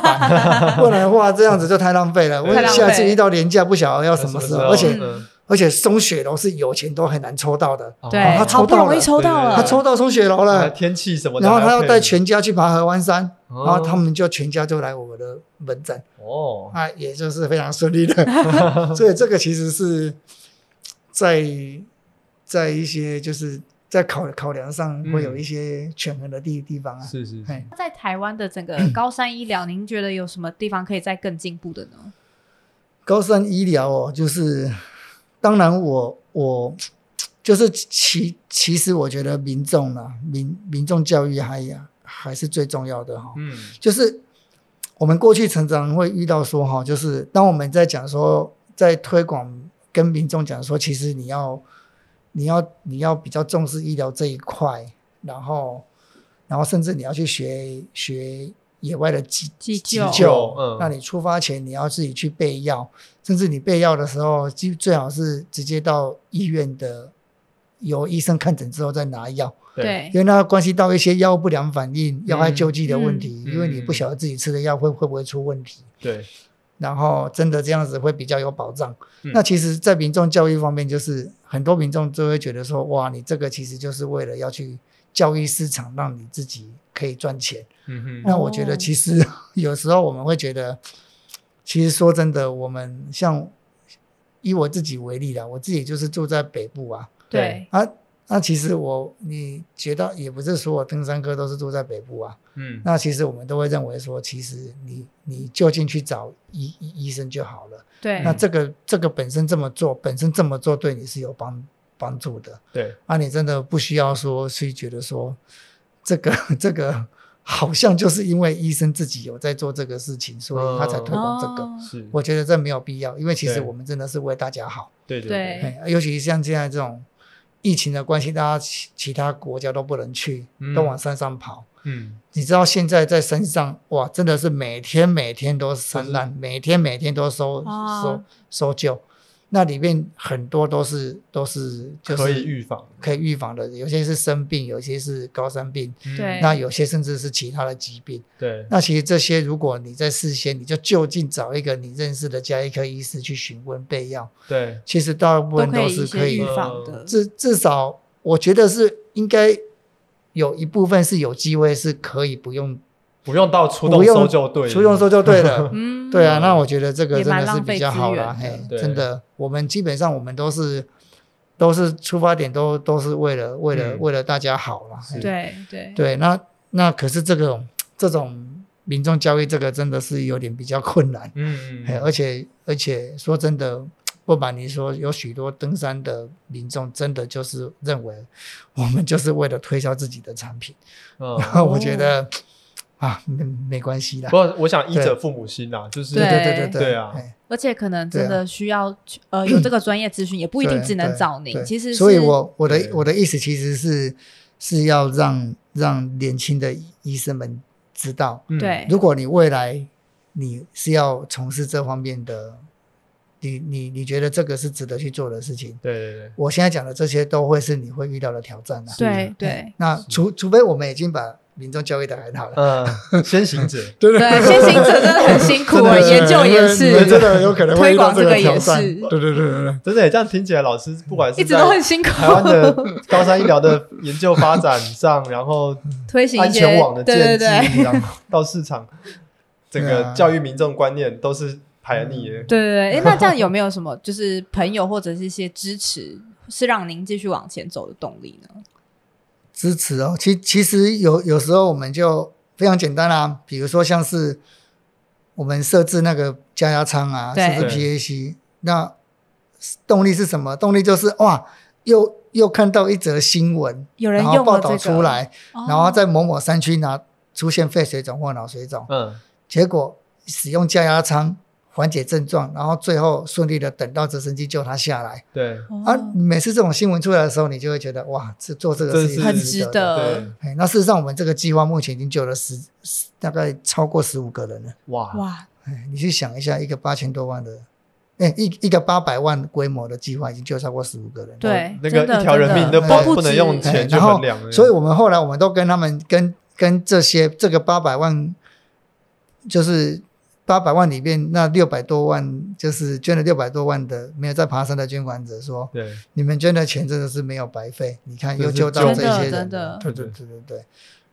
[SPEAKER 3] 不然的话这样子就太浪费了。我
[SPEAKER 2] 太浪
[SPEAKER 1] 费
[SPEAKER 3] 下次遇到连假，不晓得要啊什么
[SPEAKER 2] 啊
[SPEAKER 3] 时候，而且
[SPEAKER 1] 嗯
[SPEAKER 3] 而且松雪楼是有钱都很难抽到的，
[SPEAKER 1] 对，
[SPEAKER 3] 哦他
[SPEAKER 1] 好
[SPEAKER 3] 抽
[SPEAKER 1] 不
[SPEAKER 3] 到
[SPEAKER 1] 容易
[SPEAKER 3] 了
[SPEAKER 1] 抽到
[SPEAKER 2] 对
[SPEAKER 1] 了，
[SPEAKER 3] 他抽到松雪楼
[SPEAKER 2] 到
[SPEAKER 3] 了，
[SPEAKER 2] 天气什么的，
[SPEAKER 3] 然后他要
[SPEAKER 2] 还
[SPEAKER 3] 带
[SPEAKER 2] 配
[SPEAKER 3] 全家去爬合欢山，
[SPEAKER 2] 哦
[SPEAKER 3] 然后他们就全家就来我的门诊，
[SPEAKER 2] 哦，
[SPEAKER 3] 啊，也就是非常顺利的。所以这个其实是在在一些就是在考考量上会有一些权衡的地地方啊。
[SPEAKER 2] 是是是
[SPEAKER 3] 哎，
[SPEAKER 1] 在台湾的整个 高山医疗，您觉得有什么地方可以再更进步的呢？
[SPEAKER 3] 高山医疗哦，就是当然我我就是其其实我觉得民众呢、民民众教育还还是最重要的哈、
[SPEAKER 2] 嗯
[SPEAKER 3] 就是我们过去常常会遇到说哈，就是当我们在讲说，在推广跟民众讲说，其实你要你要你要比较重视医疗这一块，然后然后甚至你要去学学野外的急
[SPEAKER 1] 急
[SPEAKER 3] 急
[SPEAKER 1] 救
[SPEAKER 3] 救，
[SPEAKER 2] 嗯
[SPEAKER 3] 那你出发前你要自己去备药，甚至你备药的时候，就最好是直接到医院的。由医生看诊之后再拿药，
[SPEAKER 1] 对
[SPEAKER 3] 因，为那关系到一些药物不良反应、药害
[SPEAKER 2] 哎嗯
[SPEAKER 3] 救济的问
[SPEAKER 1] 嗯
[SPEAKER 3] 题，因为你不晓得自己吃的药会会不会出问题，
[SPEAKER 2] 对，
[SPEAKER 3] 然后真的这样子会比较有保障。
[SPEAKER 2] 嗯
[SPEAKER 3] 那其实，在民众教育方面，就是很多民众都会觉得说，哇，你这个其实就是为了要去教育市场，让你自己可以赚钱。
[SPEAKER 2] 嗯哼，
[SPEAKER 3] 那我觉得其实 有时候我们会觉得，其实说真的，我们像以我自己为例啦，我自己就是住在北部啊，
[SPEAKER 1] 对，
[SPEAKER 3] 啊，那其实我你觉得也不是所有登山客都是住在北部啊，
[SPEAKER 2] 嗯
[SPEAKER 3] 那其实我们都会认为说，其实你你就近去找医医医生就好了。
[SPEAKER 1] 对，
[SPEAKER 3] 那这个这个本身这么做，本身这么做对你是有帮帮助的。
[SPEAKER 2] 对，
[SPEAKER 3] 啊，你真的不需要说去觉得说这个这个好像就是因为医生自己有在做这个事情，所以他才推广这个。
[SPEAKER 1] 哦
[SPEAKER 2] 是，
[SPEAKER 3] 我觉得这没有必要，因为其实
[SPEAKER 2] 对
[SPEAKER 3] 我们真的是为大家好。
[SPEAKER 2] 对
[SPEAKER 1] 对
[SPEAKER 3] 哎，尤其像现在这种疫情的关系，大家其其他国家都不能去，
[SPEAKER 2] 嗯
[SPEAKER 3] 都往山上跑。
[SPEAKER 2] 嗯，
[SPEAKER 3] 你知道现在在山上哇，真的是每天每天都山难，每天每天都搜、
[SPEAKER 1] 啊
[SPEAKER 3] 搜搜救。那里面很多都是都是就是
[SPEAKER 2] 可以预防，
[SPEAKER 3] 可以预防的，有些是生病，有些是高山病，
[SPEAKER 2] 嗯
[SPEAKER 1] 对
[SPEAKER 3] 那有些甚至是其他的疾病。
[SPEAKER 2] 对，
[SPEAKER 3] 那其实这些，如果你在事先你就就近找一个你认识的家医科医师去询问备药，
[SPEAKER 2] 对，
[SPEAKER 3] 其实大部
[SPEAKER 1] 都
[SPEAKER 3] 分
[SPEAKER 1] 可
[SPEAKER 3] 都
[SPEAKER 1] 以一
[SPEAKER 3] 是
[SPEAKER 1] 些
[SPEAKER 3] 可
[SPEAKER 1] 预
[SPEAKER 3] 以
[SPEAKER 1] 防的，。
[SPEAKER 3] 至至少我觉得是应该有一部分是有机会是可以不用
[SPEAKER 2] 不用到出
[SPEAKER 3] 不
[SPEAKER 2] 动
[SPEAKER 3] 用
[SPEAKER 2] 搜救队，
[SPEAKER 3] 出用说就对了
[SPEAKER 1] 嗯，
[SPEAKER 3] 对啊，那我觉得这个
[SPEAKER 1] 也
[SPEAKER 3] 真
[SPEAKER 1] 蛮
[SPEAKER 3] 的是
[SPEAKER 1] 浪费
[SPEAKER 3] 比较好啦，
[SPEAKER 1] 资源
[SPEAKER 3] 嘿
[SPEAKER 1] 的，
[SPEAKER 2] 对
[SPEAKER 3] 真的，我们基本上我们都是都是出发点都都是为了为了、
[SPEAKER 2] 嗯
[SPEAKER 3] 为了大家好啦。嘿
[SPEAKER 1] 对对
[SPEAKER 3] 对，那那可是这种这种民众教育这个真的是有点比较困难，
[SPEAKER 2] 嗯，
[SPEAKER 3] 嘿而且而且说真的，不瞒你说，有许多登山的民众真的就是认为我们就是为了推销自己的产品，
[SPEAKER 2] 嗯，
[SPEAKER 3] 然后 我觉得啊，没没关系啦
[SPEAKER 2] 不，，过我想医者父母心啦，就是
[SPEAKER 3] 对对对
[SPEAKER 2] 对啊
[SPEAKER 3] 嘿
[SPEAKER 1] 而且可能真
[SPEAKER 3] 对啊
[SPEAKER 1] 的需要去呃有这个专业咨询，也不一定
[SPEAKER 3] 对
[SPEAKER 1] 只能
[SPEAKER 3] 对
[SPEAKER 1] 找您
[SPEAKER 3] 对，
[SPEAKER 1] 其实
[SPEAKER 3] 所以
[SPEAKER 1] 是
[SPEAKER 3] 我我的
[SPEAKER 2] 对
[SPEAKER 3] 我的意思其实是是要让让年轻的医生们知道，
[SPEAKER 2] 嗯，
[SPEAKER 1] 对，
[SPEAKER 3] 如果你未来你是要从事这方面的，你你你觉得这个是值得去做的事情，
[SPEAKER 2] 对对对，
[SPEAKER 3] 我现在讲的这些都会是你会遇到的挑战啊。
[SPEAKER 1] 对对
[SPEAKER 3] 那除除非我们已经把民众教育的很好了，
[SPEAKER 2] 嗯，先行 者，
[SPEAKER 3] 对
[SPEAKER 1] 对，先行者真的很辛苦啊，研究也
[SPEAKER 3] 你们真
[SPEAKER 1] 是，
[SPEAKER 3] 的有可能会遇到这挑战。
[SPEAKER 1] 推广这个也
[SPEAKER 3] 对对对对对，
[SPEAKER 2] 真的耶这样听起来，老师不管
[SPEAKER 1] 一
[SPEAKER 2] 是
[SPEAKER 1] 直都很
[SPEAKER 2] 在
[SPEAKER 1] 辛苦，
[SPEAKER 2] 台湾的高山医疗的研究发展上，然后
[SPEAKER 1] 推行
[SPEAKER 2] 安
[SPEAKER 1] 一些
[SPEAKER 2] 全网的，
[SPEAKER 1] 对对
[SPEAKER 2] 建
[SPEAKER 1] 对。
[SPEAKER 2] 制，然后到市场，整
[SPEAKER 3] 对
[SPEAKER 2] 个
[SPEAKER 3] 啊
[SPEAKER 2] 教育民众观念都是排逆耶。
[SPEAKER 1] 对对对，诶那这样有没有什么就是朋友或者是一些支持，是让您继续往前走的动力呢？
[SPEAKER 3] 支持哦。其其实有有时候我们就非常简单啊，比如说像是我们设置那个加压仓啊，
[SPEAKER 1] 对
[SPEAKER 3] 设置 PAC，那动力是什么？动力就是哇，又又看到一则新闻，
[SPEAKER 1] 有人
[SPEAKER 3] 然
[SPEAKER 1] 用了
[SPEAKER 3] 后报道
[SPEAKER 1] 这个
[SPEAKER 3] 出，来，
[SPEAKER 1] 哦
[SPEAKER 3] 然后在某某山区拿出现肺水肿或脑水肿，
[SPEAKER 2] 嗯，
[SPEAKER 3] 结果使用加压仓缓解症状，然后最后顺利的等到直升机救他下来。
[SPEAKER 2] 对，
[SPEAKER 3] 啊
[SPEAKER 1] 哦，
[SPEAKER 3] 每次这种新闻出来的时候，你就会觉得哇，这做这个
[SPEAKER 2] 真
[SPEAKER 3] 事
[SPEAKER 2] 是
[SPEAKER 3] 情
[SPEAKER 1] 很
[SPEAKER 3] 是
[SPEAKER 1] 值
[SPEAKER 3] 的
[SPEAKER 1] 得
[SPEAKER 2] 对，
[SPEAKER 3] 哎，那事实上我们这个计划目前已经救了十十大概超过十五个人了。
[SPEAKER 2] 哇，
[SPEAKER 1] 哇！
[SPEAKER 3] 哎，你去想一下，一个八千多万的，哎，一一个八百万规模的计划已经救超过十五个人了。
[SPEAKER 1] 对，
[SPEAKER 2] 那个
[SPEAKER 1] 真的
[SPEAKER 2] 一条人命
[SPEAKER 1] 真
[SPEAKER 2] 都
[SPEAKER 1] 的
[SPEAKER 2] 不
[SPEAKER 1] 都
[SPEAKER 2] 不能
[SPEAKER 1] 止
[SPEAKER 2] 用钱
[SPEAKER 3] 哎
[SPEAKER 2] 去
[SPEAKER 3] 然后
[SPEAKER 2] 衡量了，
[SPEAKER 3] 所以我们后来我们都跟他们跟跟这些这个八百万，就是八百万里面那六百多万，就是捐了六百多万的没有在爬山的捐款者说，
[SPEAKER 2] 对
[SPEAKER 3] 你们捐的钱真的是没有白费，你看
[SPEAKER 2] 这
[SPEAKER 3] 又
[SPEAKER 2] 是
[SPEAKER 3] 救到
[SPEAKER 2] 救
[SPEAKER 3] 这
[SPEAKER 1] 真的
[SPEAKER 3] 些
[SPEAKER 1] 真
[SPEAKER 3] 人
[SPEAKER 1] 的
[SPEAKER 3] 了，对对对对对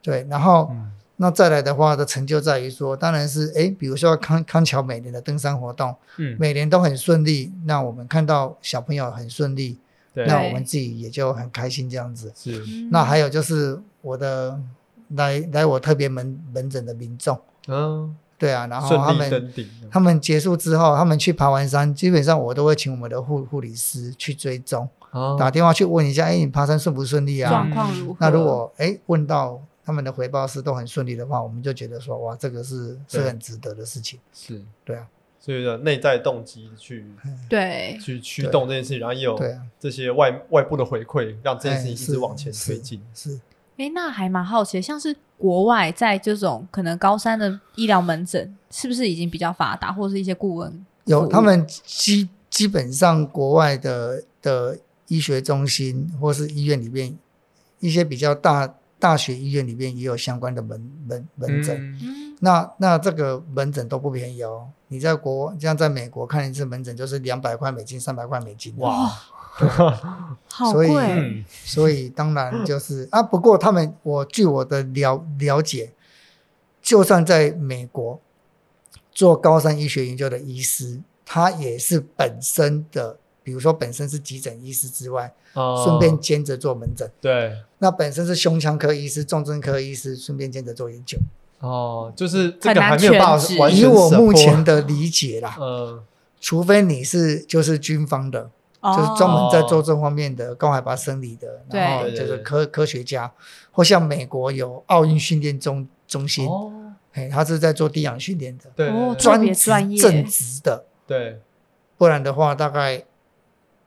[SPEAKER 3] 对。然后、
[SPEAKER 2] 嗯
[SPEAKER 3] 那再来的话的成就在于说，当然是诶，比如说康康桥每年的登山活动，
[SPEAKER 2] 嗯
[SPEAKER 3] 每年都很顺利，那我们看到小朋友很顺利，
[SPEAKER 2] 对
[SPEAKER 3] 那我们自己也就很开心这样子。
[SPEAKER 2] 是
[SPEAKER 1] 嗯
[SPEAKER 3] 那还有就是我的来来我特别门门诊的民众，
[SPEAKER 2] 嗯，
[SPEAKER 3] 对啊，然后他
[SPEAKER 2] 顺利
[SPEAKER 3] 们
[SPEAKER 2] 登顶，
[SPEAKER 3] 他们结束之后，他们去爬完山，基本上我都会请我们的护护理师去追踪，
[SPEAKER 2] 哦
[SPEAKER 3] 打电话去问一下，哎，你爬山顺不顺利啊
[SPEAKER 1] 状？况如何？
[SPEAKER 3] 那如果哎问到他们的回报是都很顺利的话，我们就觉得说哇，这个是是
[SPEAKER 2] 对
[SPEAKER 3] 很值得的事情，
[SPEAKER 2] 是，
[SPEAKER 3] 对啊，
[SPEAKER 2] 所以呢内在动机去
[SPEAKER 1] 对
[SPEAKER 2] 去驱动这件事情，然后也有
[SPEAKER 3] 对啊，
[SPEAKER 2] 这些外外部的回馈，让这件事情一
[SPEAKER 3] 哎
[SPEAKER 2] 直
[SPEAKER 3] 是
[SPEAKER 2] 往前推
[SPEAKER 3] 是
[SPEAKER 2] 进。
[SPEAKER 3] 是
[SPEAKER 1] 哎，那还蛮好奇的，像是国外在这种可能高山的医疗门诊，是不是已经比较发达，或是一些顾问？
[SPEAKER 3] 有他们基基本上国外的的医学中心或是医院里面一些比较大大学医院里面也有相关的门门门诊。
[SPEAKER 2] 嗯，
[SPEAKER 1] 嗯，
[SPEAKER 3] 那那这个门诊都不便宜哦，你在国像在美国看一次门诊就是两百块美金、三百块美金，
[SPEAKER 2] 哇，
[SPEAKER 1] 好
[SPEAKER 3] 所以
[SPEAKER 1] 贵，
[SPEAKER 2] 嗯，
[SPEAKER 3] 所以当然就是啊，不过他们，我据我的了了解，就算在美国做高山医学研究的医师，他也是本身的，比如说本身是急诊医师之外，
[SPEAKER 2] 哦
[SPEAKER 3] 顺便兼着做门诊；
[SPEAKER 2] 对
[SPEAKER 3] 那本身是胸腔科医师、重症科医师，顺便兼着做研究。
[SPEAKER 2] 哦，就是
[SPEAKER 3] 嗯
[SPEAKER 2] 这
[SPEAKER 1] 很
[SPEAKER 2] 个
[SPEAKER 1] 难
[SPEAKER 2] 还没有办
[SPEAKER 1] 全
[SPEAKER 2] 法
[SPEAKER 1] 职
[SPEAKER 2] 完全
[SPEAKER 3] 以我目
[SPEAKER 2] support
[SPEAKER 3] 前的理解啦，
[SPEAKER 2] 嗯
[SPEAKER 3] 除非你是就是军方的，就是专门在做这方面的高海拔生理的，
[SPEAKER 1] 哦对
[SPEAKER 3] 然后就是科科学家，或像美国有奥运训练中中心，
[SPEAKER 2] 哦，
[SPEAKER 3] 嘿，他是在做低氧训练的，
[SPEAKER 2] 对
[SPEAKER 1] 哦专
[SPEAKER 2] 对
[SPEAKER 3] 专
[SPEAKER 1] 别
[SPEAKER 3] 职
[SPEAKER 1] 专业
[SPEAKER 3] 正职的，
[SPEAKER 2] 对
[SPEAKER 3] 不然的话，大概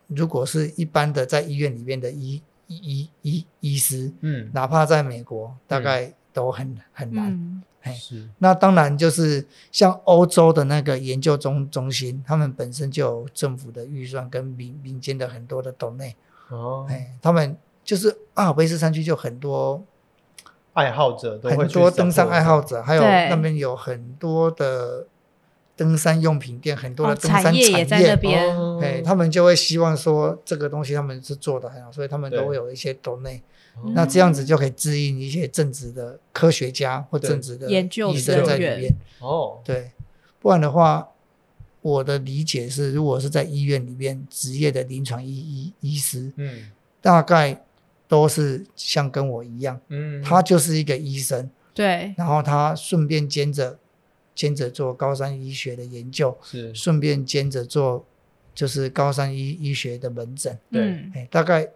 [SPEAKER 3] 如果是一般的在医院里面的医医医医医师，
[SPEAKER 2] 嗯
[SPEAKER 3] 哪怕在美国，大概都很、很难。
[SPEAKER 1] 嗯，
[SPEAKER 3] 嘿
[SPEAKER 2] 是
[SPEAKER 3] 那当然就是像欧洲的那个研究中中心，他们本身就有政府的预算跟民民间的很多的 d o
[SPEAKER 2] 哦，
[SPEAKER 3] 哎，他们就是阿尔卑斯山区就很多
[SPEAKER 2] 爱好者都会
[SPEAKER 3] 很
[SPEAKER 2] 去
[SPEAKER 3] 多登山
[SPEAKER 2] support
[SPEAKER 3] 爱好者，还有
[SPEAKER 1] 对
[SPEAKER 3] 那边有很多的登山用品店，很多
[SPEAKER 1] 哦
[SPEAKER 3] 的登山
[SPEAKER 1] 产
[SPEAKER 3] 产
[SPEAKER 1] 业也在那边
[SPEAKER 2] 哦
[SPEAKER 3] 哎，他们就会希望说这个东西他们是做的很哎好，所以他们
[SPEAKER 2] 对
[SPEAKER 3] 都会有一些 d o
[SPEAKER 1] 嗯
[SPEAKER 2] 哦
[SPEAKER 3] 那这样子就可以指引一些正职的科学家或
[SPEAKER 2] 对
[SPEAKER 3] 正职的
[SPEAKER 1] 研究
[SPEAKER 3] 医生在
[SPEAKER 1] 人员
[SPEAKER 3] 里面。
[SPEAKER 2] 哦
[SPEAKER 3] 对，不然的话，我的理解是，如果是在医院里面职业的临床医医医师，
[SPEAKER 2] 嗯
[SPEAKER 3] 大概都是像跟我一样，
[SPEAKER 2] 嗯，
[SPEAKER 3] 他就是一个医生，
[SPEAKER 1] 嗯对，
[SPEAKER 3] 然后他顺便兼着兼着做高山医学的研究，
[SPEAKER 2] 是
[SPEAKER 3] 顺便兼着做就是高山医医学的门诊，
[SPEAKER 2] 对
[SPEAKER 1] 嗯，
[SPEAKER 3] 哎，大概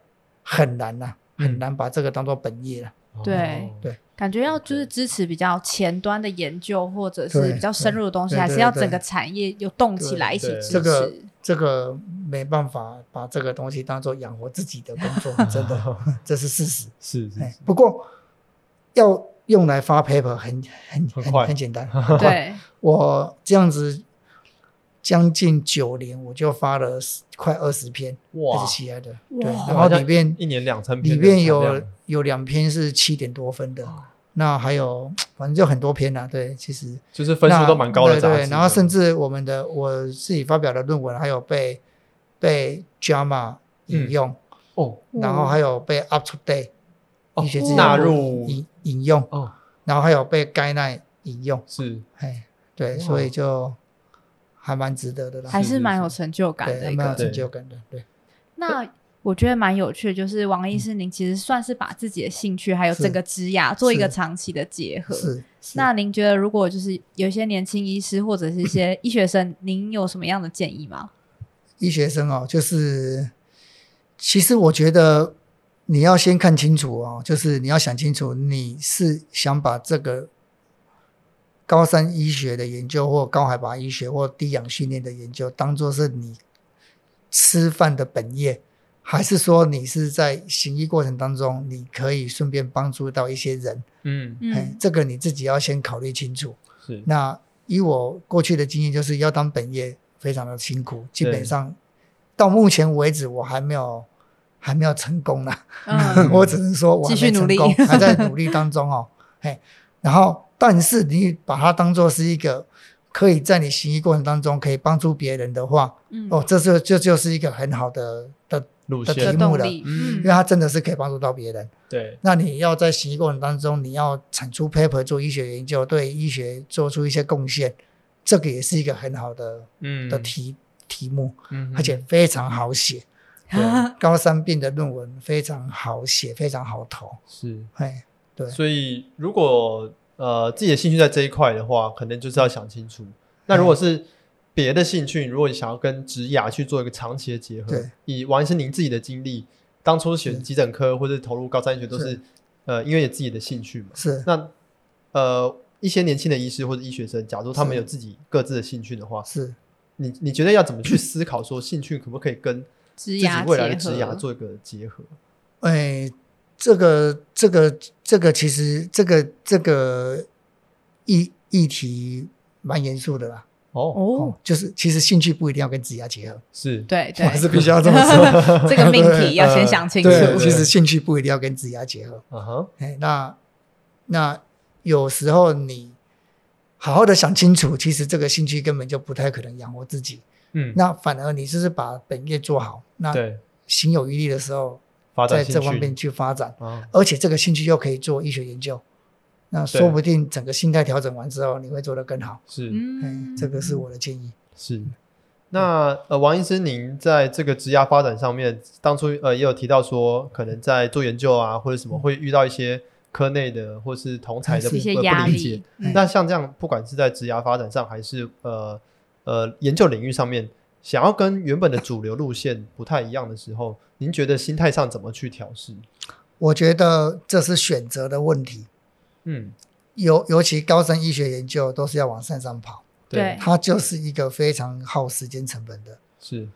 [SPEAKER 3] 很难呐、很
[SPEAKER 2] 嗯
[SPEAKER 3] 难把这个当做本业了。
[SPEAKER 1] 对
[SPEAKER 2] 哦
[SPEAKER 3] 对
[SPEAKER 1] 感觉要就是支持比较前端的研究，或者是
[SPEAKER 3] 对
[SPEAKER 1] 比较深入的东西，
[SPEAKER 3] 对对
[SPEAKER 1] 还是要
[SPEAKER 3] 对
[SPEAKER 1] 整个产业有动起来一起
[SPEAKER 2] 对
[SPEAKER 1] 支
[SPEAKER 3] 这个
[SPEAKER 1] 持。
[SPEAKER 3] 这个没办法把这个 东西当做养活自己的工作，真的，这是事实。
[SPEAKER 2] 是是
[SPEAKER 3] 哎
[SPEAKER 2] 是，
[SPEAKER 3] 不过要用来发 paper 很很
[SPEAKER 2] 很
[SPEAKER 3] 很
[SPEAKER 2] 快
[SPEAKER 3] 很简单。
[SPEAKER 1] 对，
[SPEAKER 3] 我这样子将近九年，我就发了十快二十篇
[SPEAKER 2] 哇
[SPEAKER 3] SCI 的，对，
[SPEAKER 4] 哇
[SPEAKER 3] 然后里面
[SPEAKER 2] 一年两三篇
[SPEAKER 3] 里
[SPEAKER 2] 的产量，
[SPEAKER 3] 面有有两篇是七点多分的，那还有反正就很多篇啦、啊对，其实
[SPEAKER 2] 就是分数
[SPEAKER 3] 那
[SPEAKER 2] 都蛮高的
[SPEAKER 3] 对
[SPEAKER 2] 杂
[SPEAKER 3] 对，
[SPEAKER 2] 志
[SPEAKER 3] 然后
[SPEAKER 2] 的
[SPEAKER 3] 甚至我们的我自己发表的论文，还有被被
[SPEAKER 2] 嗯
[SPEAKER 3] JAMA 引用，
[SPEAKER 2] 哦
[SPEAKER 3] 然后还有被 Up to Date
[SPEAKER 2] 哦
[SPEAKER 3] 医学资
[SPEAKER 2] 纳
[SPEAKER 3] 料
[SPEAKER 2] 入
[SPEAKER 3] 引引用，
[SPEAKER 2] 哦
[SPEAKER 3] 然后还有被 Guideline 引用，
[SPEAKER 2] 是
[SPEAKER 3] 哎，对，
[SPEAKER 2] 哇
[SPEAKER 3] 所以就还蛮值得的啦，
[SPEAKER 1] 还
[SPEAKER 2] 是
[SPEAKER 1] 是蛮有成就感
[SPEAKER 3] 对，
[SPEAKER 1] 的
[SPEAKER 3] 还
[SPEAKER 1] 一
[SPEAKER 3] 蛮有
[SPEAKER 1] 个。
[SPEAKER 3] 成就感的，对，
[SPEAKER 1] 那我觉得蛮有趣的，就是王医师，您其实算是把自己的兴趣还有
[SPEAKER 3] 是
[SPEAKER 1] 整个职涯做一个
[SPEAKER 3] 是
[SPEAKER 1] 长期的结合。
[SPEAKER 3] 是。是
[SPEAKER 1] 那您觉得，如果就是有一些年轻医师或者是一些医学生，您有什么样的建议吗？
[SPEAKER 3] 医学生哦，就是其实我觉得你要先看清楚哦，就是你要想清楚，你是想把这个高山医学的研究，或高海拔医学，或低氧训练的研究，当做是你吃饭的本业，还是说你是在行医过程当中，你可以顺便帮助到一些人？
[SPEAKER 2] 嗯
[SPEAKER 3] 哎
[SPEAKER 1] 嗯，，
[SPEAKER 3] 这个你自己要先考虑清楚。
[SPEAKER 2] 是
[SPEAKER 3] 那以我过去的经验，就是要当本业非常的辛苦，基本上到目前为止我还没有还没有成功啦，
[SPEAKER 1] 嗯
[SPEAKER 3] 我只能说我还
[SPEAKER 1] 继续
[SPEAKER 3] 没
[SPEAKER 1] 努
[SPEAKER 3] 成
[SPEAKER 1] 力
[SPEAKER 3] 功， 还在努力当中哦。嘿，然后但是你把它当做是一个可以在你行医过程当中可以帮助别人的话，
[SPEAKER 1] 嗯，
[SPEAKER 3] 哦，这就这就是一个很好的的，
[SPEAKER 2] 路
[SPEAKER 3] 的
[SPEAKER 1] 的
[SPEAKER 2] 线
[SPEAKER 3] 题目
[SPEAKER 1] 动
[SPEAKER 3] 了
[SPEAKER 1] 力，
[SPEAKER 2] 嗯
[SPEAKER 3] 因为它真的是可以帮助到别人。
[SPEAKER 2] 对
[SPEAKER 3] 那你要在行医过程当中，你要产出 paper 做医学研究，对医学做出一些贡献，这个也是一个很好的
[SPEAKER 2] 嗯
[SPEAKER 3] 的题、题目，
[SPEAKER 2] 嗯
[SPEAKER 3] 而且非常好写。
[SPEAKER 2] 对
[SPEAKER 3] 高三病的论文非常好写，非常好投。
[SPEAKER 2] 是
[SPEAKER 3] 哎，对，
[SPEAKER 2] 所以如果呃自己的兴趣在这一块的话，可能就是要想清楚。那
[SPEAKER 1] 嗯
[SPEAKER 2] 如果是别的兴趣，如果你想要跟职涯去做一个长期的结合
[SPEAKER 3] 对，
[SPEAKER 2] 以王医生您自己的经历，当初选
[SPEAKER 3] 是
[SPEAKER 2] 急诊科或者投入高三学都是
[SPEAKER 3] 是
[SPEAKER 2] 呃因为有自己的兴趣嘛。
[SPEAKER 3] 是
[SPEAKER 2] 那呃一些年轻的医师或者医学生，假如他们有
[SPEAKER 3] 是
[SPEAKER 2] 自己各自的兴趣的话，
[SPEAKER 3] 是
[SPEAKER 2] 你你觉得要怎么去思考说兴趣可不可以跟
[SPEAKER 1] 职
[SPEAKER 2] 自己
[SPEAKER 1] 涯
[SPEAKER 2] 未来的
[SPEAKER 1] 结
[SPEAKER 2] 职
[SPEAKER 1] 合
[SPEAKER 2] 涯做一个结合？
[SPEAKER 3] 哎，这个这个这个其实这个这个议议题蛮严肃的啦。
[SPEAKER 2] 哦，
[SPEAKER 1] 哦
[SPEAKER 3] 哦，，就是其实兴趣不一定要跟职业结合，
[SPEAKER 2] 是
[SPEAKER 1] 对
[SPEAKER 3] 我
[SPEAKER 1] 对
[SPEAKER 3] 还，是必须要这么 说。
[SPEAKER 1] 这个命题要先想清楚。
[SPEAKER 3] 对，其
[SPEAKER 2] 对
[SPEAKER 3] 实兴趣不一定要跟职业结合。
[SPEAKER 2] 啊哈，
[SPEAKER 3] 哎，那那有时候你好好的想清楚，其实这个兴趣根本就不太可能养活自己。
[SPEAKER 2] 嗯，
[SPEAKER 3] 那反而你就是把本业做好，那
[SPEAKER 2] 对，
[SPEAKER 3] 行有余力的时候，
[SPEAKER 2] 发展
[SPEAKER 3] 在
[SPEAKER 2] 兴
[SPEAKER 3] 这方
[SPEAKER 2] 趣
[SPEAKER 3] 面去发展，
[SPEAKER 2] 啊，
[SPEAKER 3] 而且这个兴趣又可以做医学研究，那说不定整个心态调整完之后，你会做得更好。
[SPEAKER 2] 是、
[SPEAKER 1] 嗯
[SPEAKER 3] 嗯，，这个是我的建议。
[SPEAKER 2] 是。那呃，王医生，您在这个职涯发展上面，当初呃也有提到说，可能在做研究啊或者什
[SPEAKER 3] 嗯
[SPEAKER 2] 么，会遇到一些科内的或是同才的
[SPEAKER 3] 是
[SPEAKER 2] 不呃
[SPEAKER 1] 一些
[SPEAKER 2] 不
[SPEAKER 1] 压
[SPEAKER 2] 理解
[SPEAKER 1] 力。。嗯
[SPEAKER 2] 那像这样，不管是在职涯发展上，还是呃呃研究领域上面，想要跟原本的主流路线不太一样的时候，您觉得心态上怎么去调试？
[SPEAKER 3] 我觉得这是选择的问题，
[SPEAKER 2] 嗯，
[SPEAKER 3] 尤尤其高深医学研究都是要往山上跑，
[SPEAKER 1] 对
[SPEAKER 3] 它就是一个非常耗时间成本的。
[SPEAKER 2] 是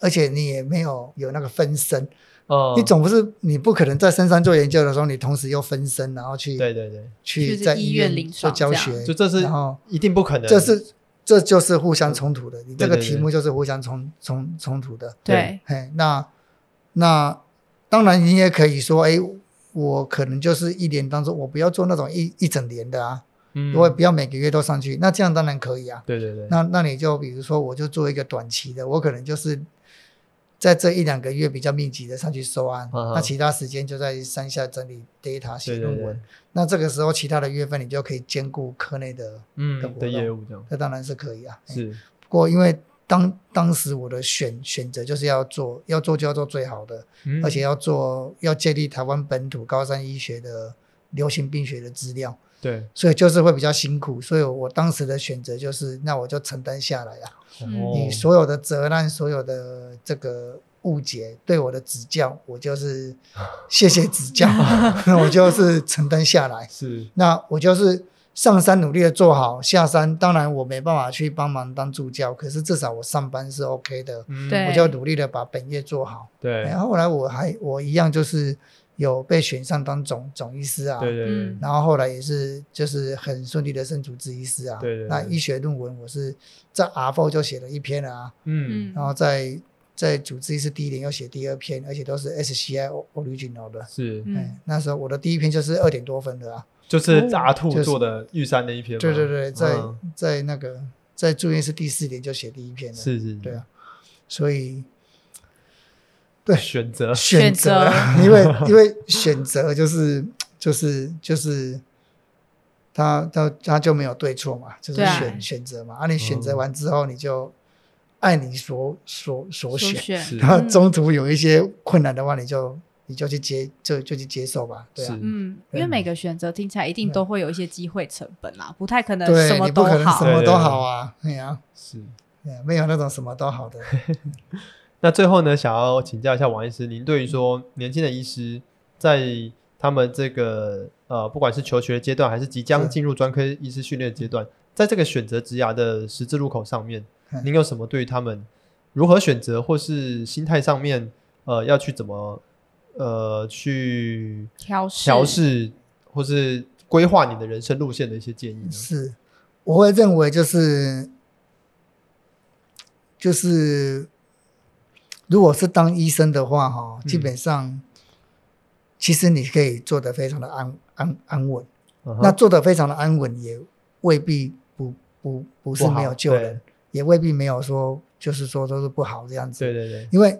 [SPEAKER 3] 而且你也没有有那个分身，
[SPEAKER 2] 哦，
[SPEAKER 3] 你总不是你不可能在深山做研究的时候，你同时又分身，然后去
[SPEAKER 2] 对对对，
[SPEAKER 3] 去
[SPEAKER 1] 就是
[SPEAKER 3] 在
[SPEAKER 1] 医
[SPEAKER 3] 医
[SPEAKER 1] 院
[SPEAKER 3] 院
[SPEAKER 1] 临
[SPEAKER 3] 做
[SPEAKER 1] 床
[SPEAKER 3] 教
[SPEAKER 1] 这样
[SPEAKER 3] 学，
[SPEAKER 2] 就这是
[SPEAKER 3] 然后
[SPEAKER 2] 一定不可能，
[SPEAKER 3] 这是这就是互相冲突的，你这个
[SPEAKER 2] 对对对
[SPEAKER 3] 题目就是互相冲冲冲突的。
[SPEAKER 1] 对，
[SPEAKER 3] 嘿，那那当然你也可以说，哎，我可能就是一年当中我不要做那种一一整年的啊，
[SPEAKER 2] 嗯，
[SPEAKER 3] 我也不要每个月都上去，那这样当然可以啊。
[SPEAKER 2] 对对对，
[SPEAKER 3] 那那你就比如说，我就做一个短期的，我可能就是在这一两个月比较密集的上去收案，
[SPEAKER 2] 嗯哼
[SPEAKER 3] 那其他时间就在山下整理 data 写
[SPEAKER 2] 对对
[SPEAKER 3] 论文。
[SPEAKER 2] 对，
[SPEAKER 3] 那这个时候，其他的月份你就可以兼顾科内的，的
[SPEAKER 2] 嗯
[SPEAKER 3] 活
[SPEAKER 2] 的业
[SPEAKER 3] 动
[SPEAKER 2] 务这样
[SPEAKER 3] 这当然是可以啊。哎
[SPEAKER 2] 是
[SPEAKER 3] 不过因为当当时我的选选择就是要做，要做就要做最好的，
[SPEAKER 2] 嗯
[SPEAKER 3] 而且要做要建立台湾本土高山医学的流行病学的资料，
[SPEAKER 2] 对，
[SPEAKER 3] 所以就是会比较辛苦。所以我当时的选择就是，那我就承担下来啊。
[SPEAKER 1] 嗯
[SPEAKER 2] 哦
[SPEAKER 3] 你所有的责难，所有的这个误解，对我的指教，我就是谢谢指教，那我就是承担下来。
[SPEAKER 2] 是
[SPEAKER 3] 那我就是上山努力的做好，下山当然我没办法去帮忙当助教，可是至少我上班是 OK 的，
[SPEAKER 2] 嗯
[SPEAKER 1] 对
[SPEAKER 3] 哎我就努力的把本业做好。
[SPEAKER 2] 对
[SPEAKER 3] 然后后来我还我一样就是有被选上当总总医师啊，
[SPEAKER 2] 对对对
[SPEAKER 1] 嗯，
[SPEAKER 3] 然后后来也是就是很顺利的升主治医师啊。
[SPEAKER 2] 对对对
[SPEAKER 3] 那医学论文我是在 R f 就写了一篇了啊，
[SPEAKER 2] 嗯，
[SPEAKER 1] 嗯
[SPEAKER 3] 然后在在主治医师第一年又写第二篇，而且都是 SCI original 的。
[SPEAKER 2] 是，
[SPEAKER 1] 嗯
[SPEAKER 3] 哎，那时候我的第一篇就是二点多分的啊。
[SPEAKER 2] 就是阿兔
[SPEAKER 3] 就是
[SPEAKER 2] 做的玉山那一篇吗，
[SPEAKER 3] 对对对，在、
[SPEAKER 2] 嗯
[SPEAKER 3] 在那个在住院是第四年就写第一篇了。，
[SPEAKER 2] 是是，
[SPEAKER 3] 对啊，所以
[SPEAKER 2] 选择，
[SPEAKER 1] 选
[SPEAKER 3] 选
[SPEAKER 1] 择
[SPEAKER 3] 择，因为因为选择就是就是就是，他他他就没有对错嘛，就是
[SPEAKER 1] 对啊
[SPEAKER 3] 选选择嘛。啊，你选择完之后，你就按你所所所
[SPEAKER 1] 首
[SPEAKER 3] 选，
[SPEAKER 1] 选，嗯
[SPEAKER 2] 是
[SPEAKER 3] 然后中途有一些困难的话，你就你就去接就就去接受吧，对啊
[SPEAKER 2] 是。
[SPEAKER 1] 嗯，因为每个选择听起来一定都会有一些机会成本啦，不太可能什
[SPEAKER 3] 对
[SPEAKER 1] 么
[SPEAKER 3] 你不
[SPEAKER 1] 都
[SPEAKER 3] 可能什
[SPEAKER 1] 好。
[SPEAKER 3] 么都好啊，对啊，
[SPEAKER 2] 是。
[SPEAKER 3] 对啊没有那种什么都好的。
[SPEAKER 2] 那最后呢，想要请教一下王医师，您对于说年轻的医师在他们这个呃，不管是求学阶段，还是即将
[SPEAKER 3] 是
[SPEAKER 2] 进入专科医师训练阶段，在这个选择职涯的十字路口上面，
[SPEAKER 3] 嗯
[SPEAKER 2] 您有什么对于他们如何选择，或是心态上面呃，要去怎么呃去
[SPEAKER 1] 调试，
[SPEAKER 2] 调试，或是规划你的人生路线的一些建议呢？
[SPEAKER 3] 是，我会认为就是就是，如果是当医生的话，哈，基
[SPEAKER 2] 嗯
[SPEAKER 3] 本上、其实你可以做得非常的安安安稳。
[SPEAKER 2] 嗯哼
[SPEAKER 3] 那做得非常的安稳，也未必不不不是
[SPEAKER 2] 不好
[SPEAKER 3] 没有救人，也未必没有说就是说都是不好这样子。
[SPEAKER 2] 对对对，
[SPEAKER 3] 因为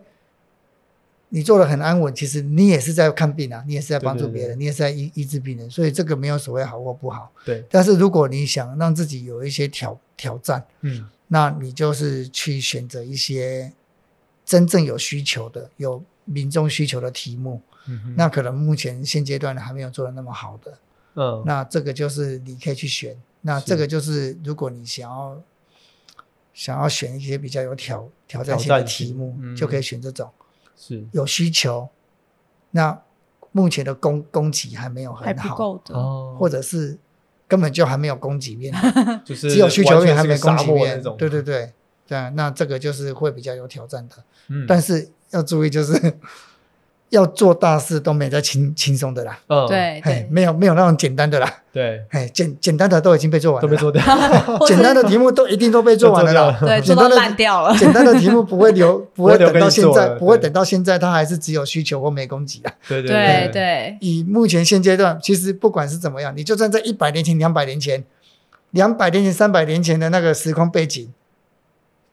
[SPEAKER 3] 你做的很安稳，其实你也是在看病啊，你也是在帮助
[SPEAKER 2] 对对对
[SPEAKER 3] 别人，你也是在医医治病人，所以这个没有所谓好或不好。
[SPEAKER 2] 对，
[SPEAKER 3] 但是如果你想让自己有一些挑挑战，
[SPEAKER 2] 嗯，
[SPEAKER 3] 那你就是去选择一些真正有需求的、有民众需求的题目。
[SPEAKER 2] 嗯哼
[SPEAKER 3] 那可能目前现阶段还没有做的那么好的，
[SPEAKER 2] 嗯
[SPEAKER 3] 那这个就是你可以去选。那
[SPEAKER 2] 是
[SPEAKER 3] 这个就是如果你想要想要选一些比较有挑挑战性
[SPEAKER 2] 挑
[SPEAKER 3] 的
[SPEAKER 2] 战性
[SPEAKER 3] 题目，
[SPEAKER 2] 嗯
[SPEAKER 3] 就可以选这种。
[SPEAKER 2] 是
[SPEAKER 3] 有需求，那目前的供供给还没有
[SPEAKER 1] 还
[SPEAKER 3] 很
[SPEAKER 1] 不
[SPEAKER 3] 好，
[SPEAKER 1] 够的，
[SPEAKER 2] 哦
[SPEAKER 3] 或者是根本就还没有供给面，
[SPEAKER 2] 就是
[SPEAKER 3] 只有需求
[SPEAKER 2] 完全
[SPEAKER 3] 面还
[SPEAKER 2] 是个
[SPEAKER 3] 没供
[SPEAKER 2] 沙
[SPEAKER 3] 给
[SPEAKER 2] 漠
[SPEAKER 3] 面
[SPEAKER 2] 那种，，
[SPEAKER 3] 对对对，对啊，那这个就是会比较有挑战的。
[SPEAKER 2] 嗯，
[SPEAKER 3] 但是要注意，就是 要做大事都没有在轻轻松的啦，
[SPEAKER 2] 嗯
[SPEAKER 1] 对
[SPEAKER 3] 哦嘿
[SPEAKER 1] 哎对，
[SPEAKER 3] 没有没有那种简单的啦，
[SPEAKER 2] 对，
[SPEAKER 3] 哎，简简单的都已经被做完
[SPEAKER 2] 都
[SPEAKER 3] 了
[SPEAKER 2] 被
[SPEAKER 3] 啦，
[SPEAKER 2] 做 掉，
[SPEAKER 1] 或者
[SPEAKER 3] 简单的题目都一定都被做完了啦。
[SPEAKER 1] 对做
[SPEAKER 3] 简
[SPEAKER 1] 到
[SPEAKER 3] 单的
[SPEAKER 1] 烂掉了，
[SPEAKER 3] 简单的题目不 会留，不会
[SPEAKER 2] 留
[SPEAKER 3] 等
[SPEAKER 2] 给
[SPEAKER 3] 到
[SPEAKER 2] 你
[SPEAKER 3] 现
[SPEAKER 2] 做
[SPEAKER 3] 在
[SPEAKER 2] 了，
[SPEAKER 3] 不会
[SPEAKER 2] 对
[SPEAKER 3] 等到现在，它还是只有需求或没供给啊。
[SPEAKER 2] 对
[SPEAKER 1] 对
[SPEAKER 2] 对
[SPEAKER 1] 对，
[SPEAKER 3] 以目前现阶段，其实不管是怎么样，你就算在一百年前、两百年前、两百年前、三百年前的那个时空背景，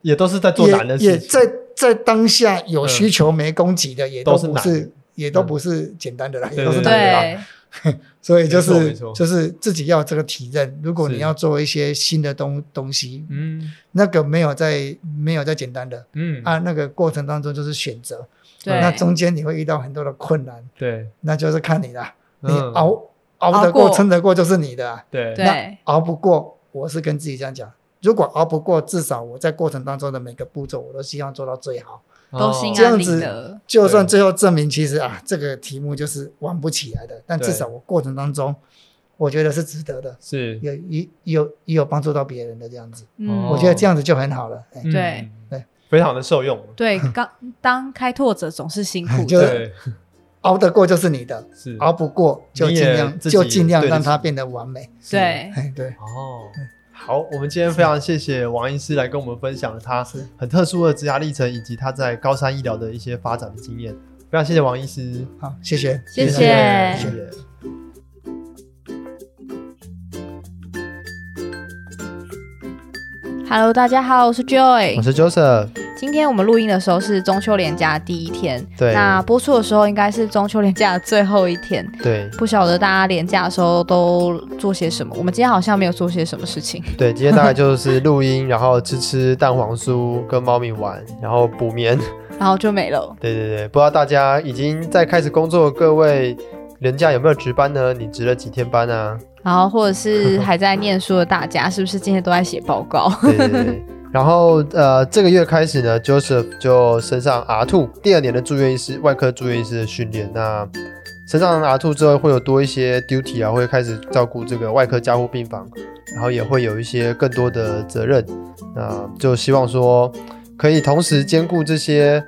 [SPEAKER 2] 也都是在做难的
[SPEAKER 3] 也也
[SPEAKER 2] 事情，嗯
[SPEAKER 3] 在在当下有需求没供给的，也
[SPEAKER 2] 都是
[SPEAKER 3] 不
[SPEAKER 2] 难嗯
[SPEAKER 3] 是也都不是简单的啦，也都是
[SPEAKER 2] 对
[SPEAKER 3] 难的啦。
[SPEAKER 1] 对，
[SPEAKER 3] 所以就
[SPEAKER 2] 没错没
[SPEAKER 3] 是
[SPEAKER 2] 错
[SPEAKER 3] 就是自己要有这个体认，如果你
[SPEAKER 2] 是
[SPEAKER 3] 要做一些新的东东西，
[SPEAKER 2] 嗯
[SPEAKER 3] 那个没有在没有在简单的
[SPEAKER 2] 嗯，
[SPEAKER 3] 啊，那个过程当中就是选择，
[SPEAKER 1] 对
[SPEAKER 3] 那中间你会遇到很多的困难，
[SPEAKER 2] 对，
[SPEAKER 3] 那就是看你啦，你
[SPEAKER 2] 嗯
[SPEAKER 3] 熬熬
[SPEAKER 1] 熬
[SPEAKER 3] 得过
[SPEAKER 1] 过
[SPEAKER 3] 撑得过就是你的啊。
[SPEAKER 2] 对
[SPEAKER 1] 对
[SPEAKER 3] 那熬不过，我是跟自己这样讲，如果熬不过，至少我在过程当中的每个步骤，我都希望做到最好。
[SPEAKER 2] 哦
[SPEAKER 1] 都啊心
[SPEAKER 3] 这
[SPEAKER 1] 安
[SPEAKER 3] 样
[SPEAKER 1] 理
[SPEAKER 3] 子
[SPEAKER 1] 得，
[SPEAKER 3] 就算最后证明其实啊，这个题目就是玩不起来的，但
[SPEAKER 2] 对
[SPEAKER 3] 至少我过程当中，我觉得是值得的，
[SPEAKER 2] 是，
[SPEAKER 3] 有也有也有帮助到别人的这样子，
[SPEAKER 1] 嗯
[SPEAKER 2] 哦
[SPEAKER 3] 我觉得这样子就很好了。哎
[SPEAKER 2] 嗯
[SPEAKER 1] 对
[SPEAKER 3] 对，
[SPEAKER 2] 非常的受用，
[SPEAKER 1] 对，刚当开拓者总是辛苦
[SPEAKER 3] 就
[SPEAKER 1] 的，
[SPEAKER 2] 对，
[SPEAKER 3] 熬得过就是你的，
[SPEAKER 2] 是
[SPEAKER 3] 熬不过就
[SPEAKER 2] 你也
[SPEAKER 3] 尽量
[SPEAKER 2] 自己
[SPEAKER 3] 就尽量
[SPEAKER 2] 对得
[SPEAKER 3] 让它
[SPEAKER 2] 起
[SPEAKER 3] 变得完美。
[SPEAKER 1] 对，
[SPEAKER 3] 哎，对，
[SPEAKER 2] 哦。好，我们今天非常谢谢王医师来跟我们分享他很特殊的职涯历程，以及他在高山医疗的一些发展的经验。非常谢谢王医师，
[SPEAKER 3] 好，谢谢，
[SPEAKER 1] 谢
[SPEAKER 3] 大家
[SPEAKER 1] 谢
[SPEAKER 2] 谢谢。
[SPEAKER 1] Hello，大家好，我是 Joy，
[SPEAKER 5] 我是 Joseph，
[SPEAKER 1] 今天我们录音的时候是中秋连假第一天，
[SPEAKER 5] 对
[SPEAKER 1] 那播出的时候应该是中秋连假的最后一天。
[SPEAKER 5] 对
[SPEAKER 1] 不晓得大家连假的时候都做些什么？我们今天好像没有做些什么事情。
[SPEAKER 5] 对，今天大概就是录音，然后吃吃蛋黄酥，跟猫咪玩，然后补眠。
[SPEAKER 1] 然后就没了。
[SPEAKER 5] 对对对，不知道大家已经在开始工作，各位人家有没有值班呢？你值了几天班啊？
[SPEAKER 1] 然后或者是还在念书的大家，是不是今天都在写报告？
[SPEAKER 5] 对对对。然后呃，这个月开始呢，Joseph 就升上 R two 第二年的住院医师，外科住院医师的训练。那升上 R two 之后，会有多一些 duty 啊，会开始照顾这个外科加护病房，然后也会有一些更多的责任。那就希望说可以同时兼顾这些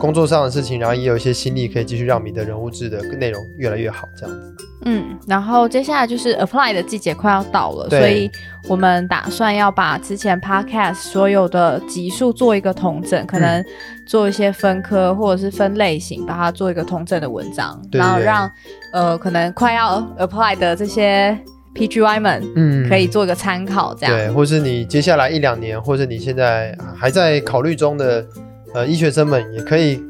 [SPEAKER 2] 工作上的事情，然后也有一些心力可以继续让你的人物志的内容越来越好，这样子。
[SPEAKER 1] 嗯，然后接下来就是 apply 的季节快要到了，
[SPEAKER 2] 对
[SPEAKER 1] 所以我们打算要把之前 podcast 所有的集数做一个统整，可
[SPEAKER 2] 嗯
[SPEAKER 1] 能做一些分科或者是分类型，把它做一个统整的文章，
[SPEAKER 2] 对
[SPEAKER 1] 然后
[SPEAKER 2] 对
[SPEAKER 1] 让呃可能快要 apply 的这些 PGY 们
[SPEAKER 2] 嗯
[SPEAKER 1] 可以做一个参考，这样。
[SPEAKER 2] 对，或是你接下来一两年，或是你现在还在考虑中的呃医学生们，也可以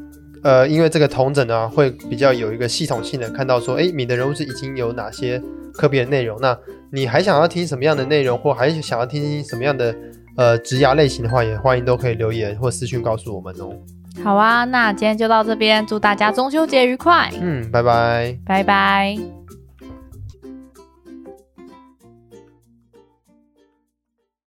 [SPEAKER 2] 呃，因为这个同诊啊，会比较有一个系统性的看到说，诶，你的人物是已经有哪些科别的内容，那你还想要听什么样的内容，或还想要听什么样的呃职涯类型的话，也欢迎都可以留言或私讯告诉我们哦。
[SPEAKER 1] 好啊，那今天就到这边，祝大家中秋节愉快，
[SPEAKER 2] 嗯，拜拜。
[SPEAKER 1] 拜拜。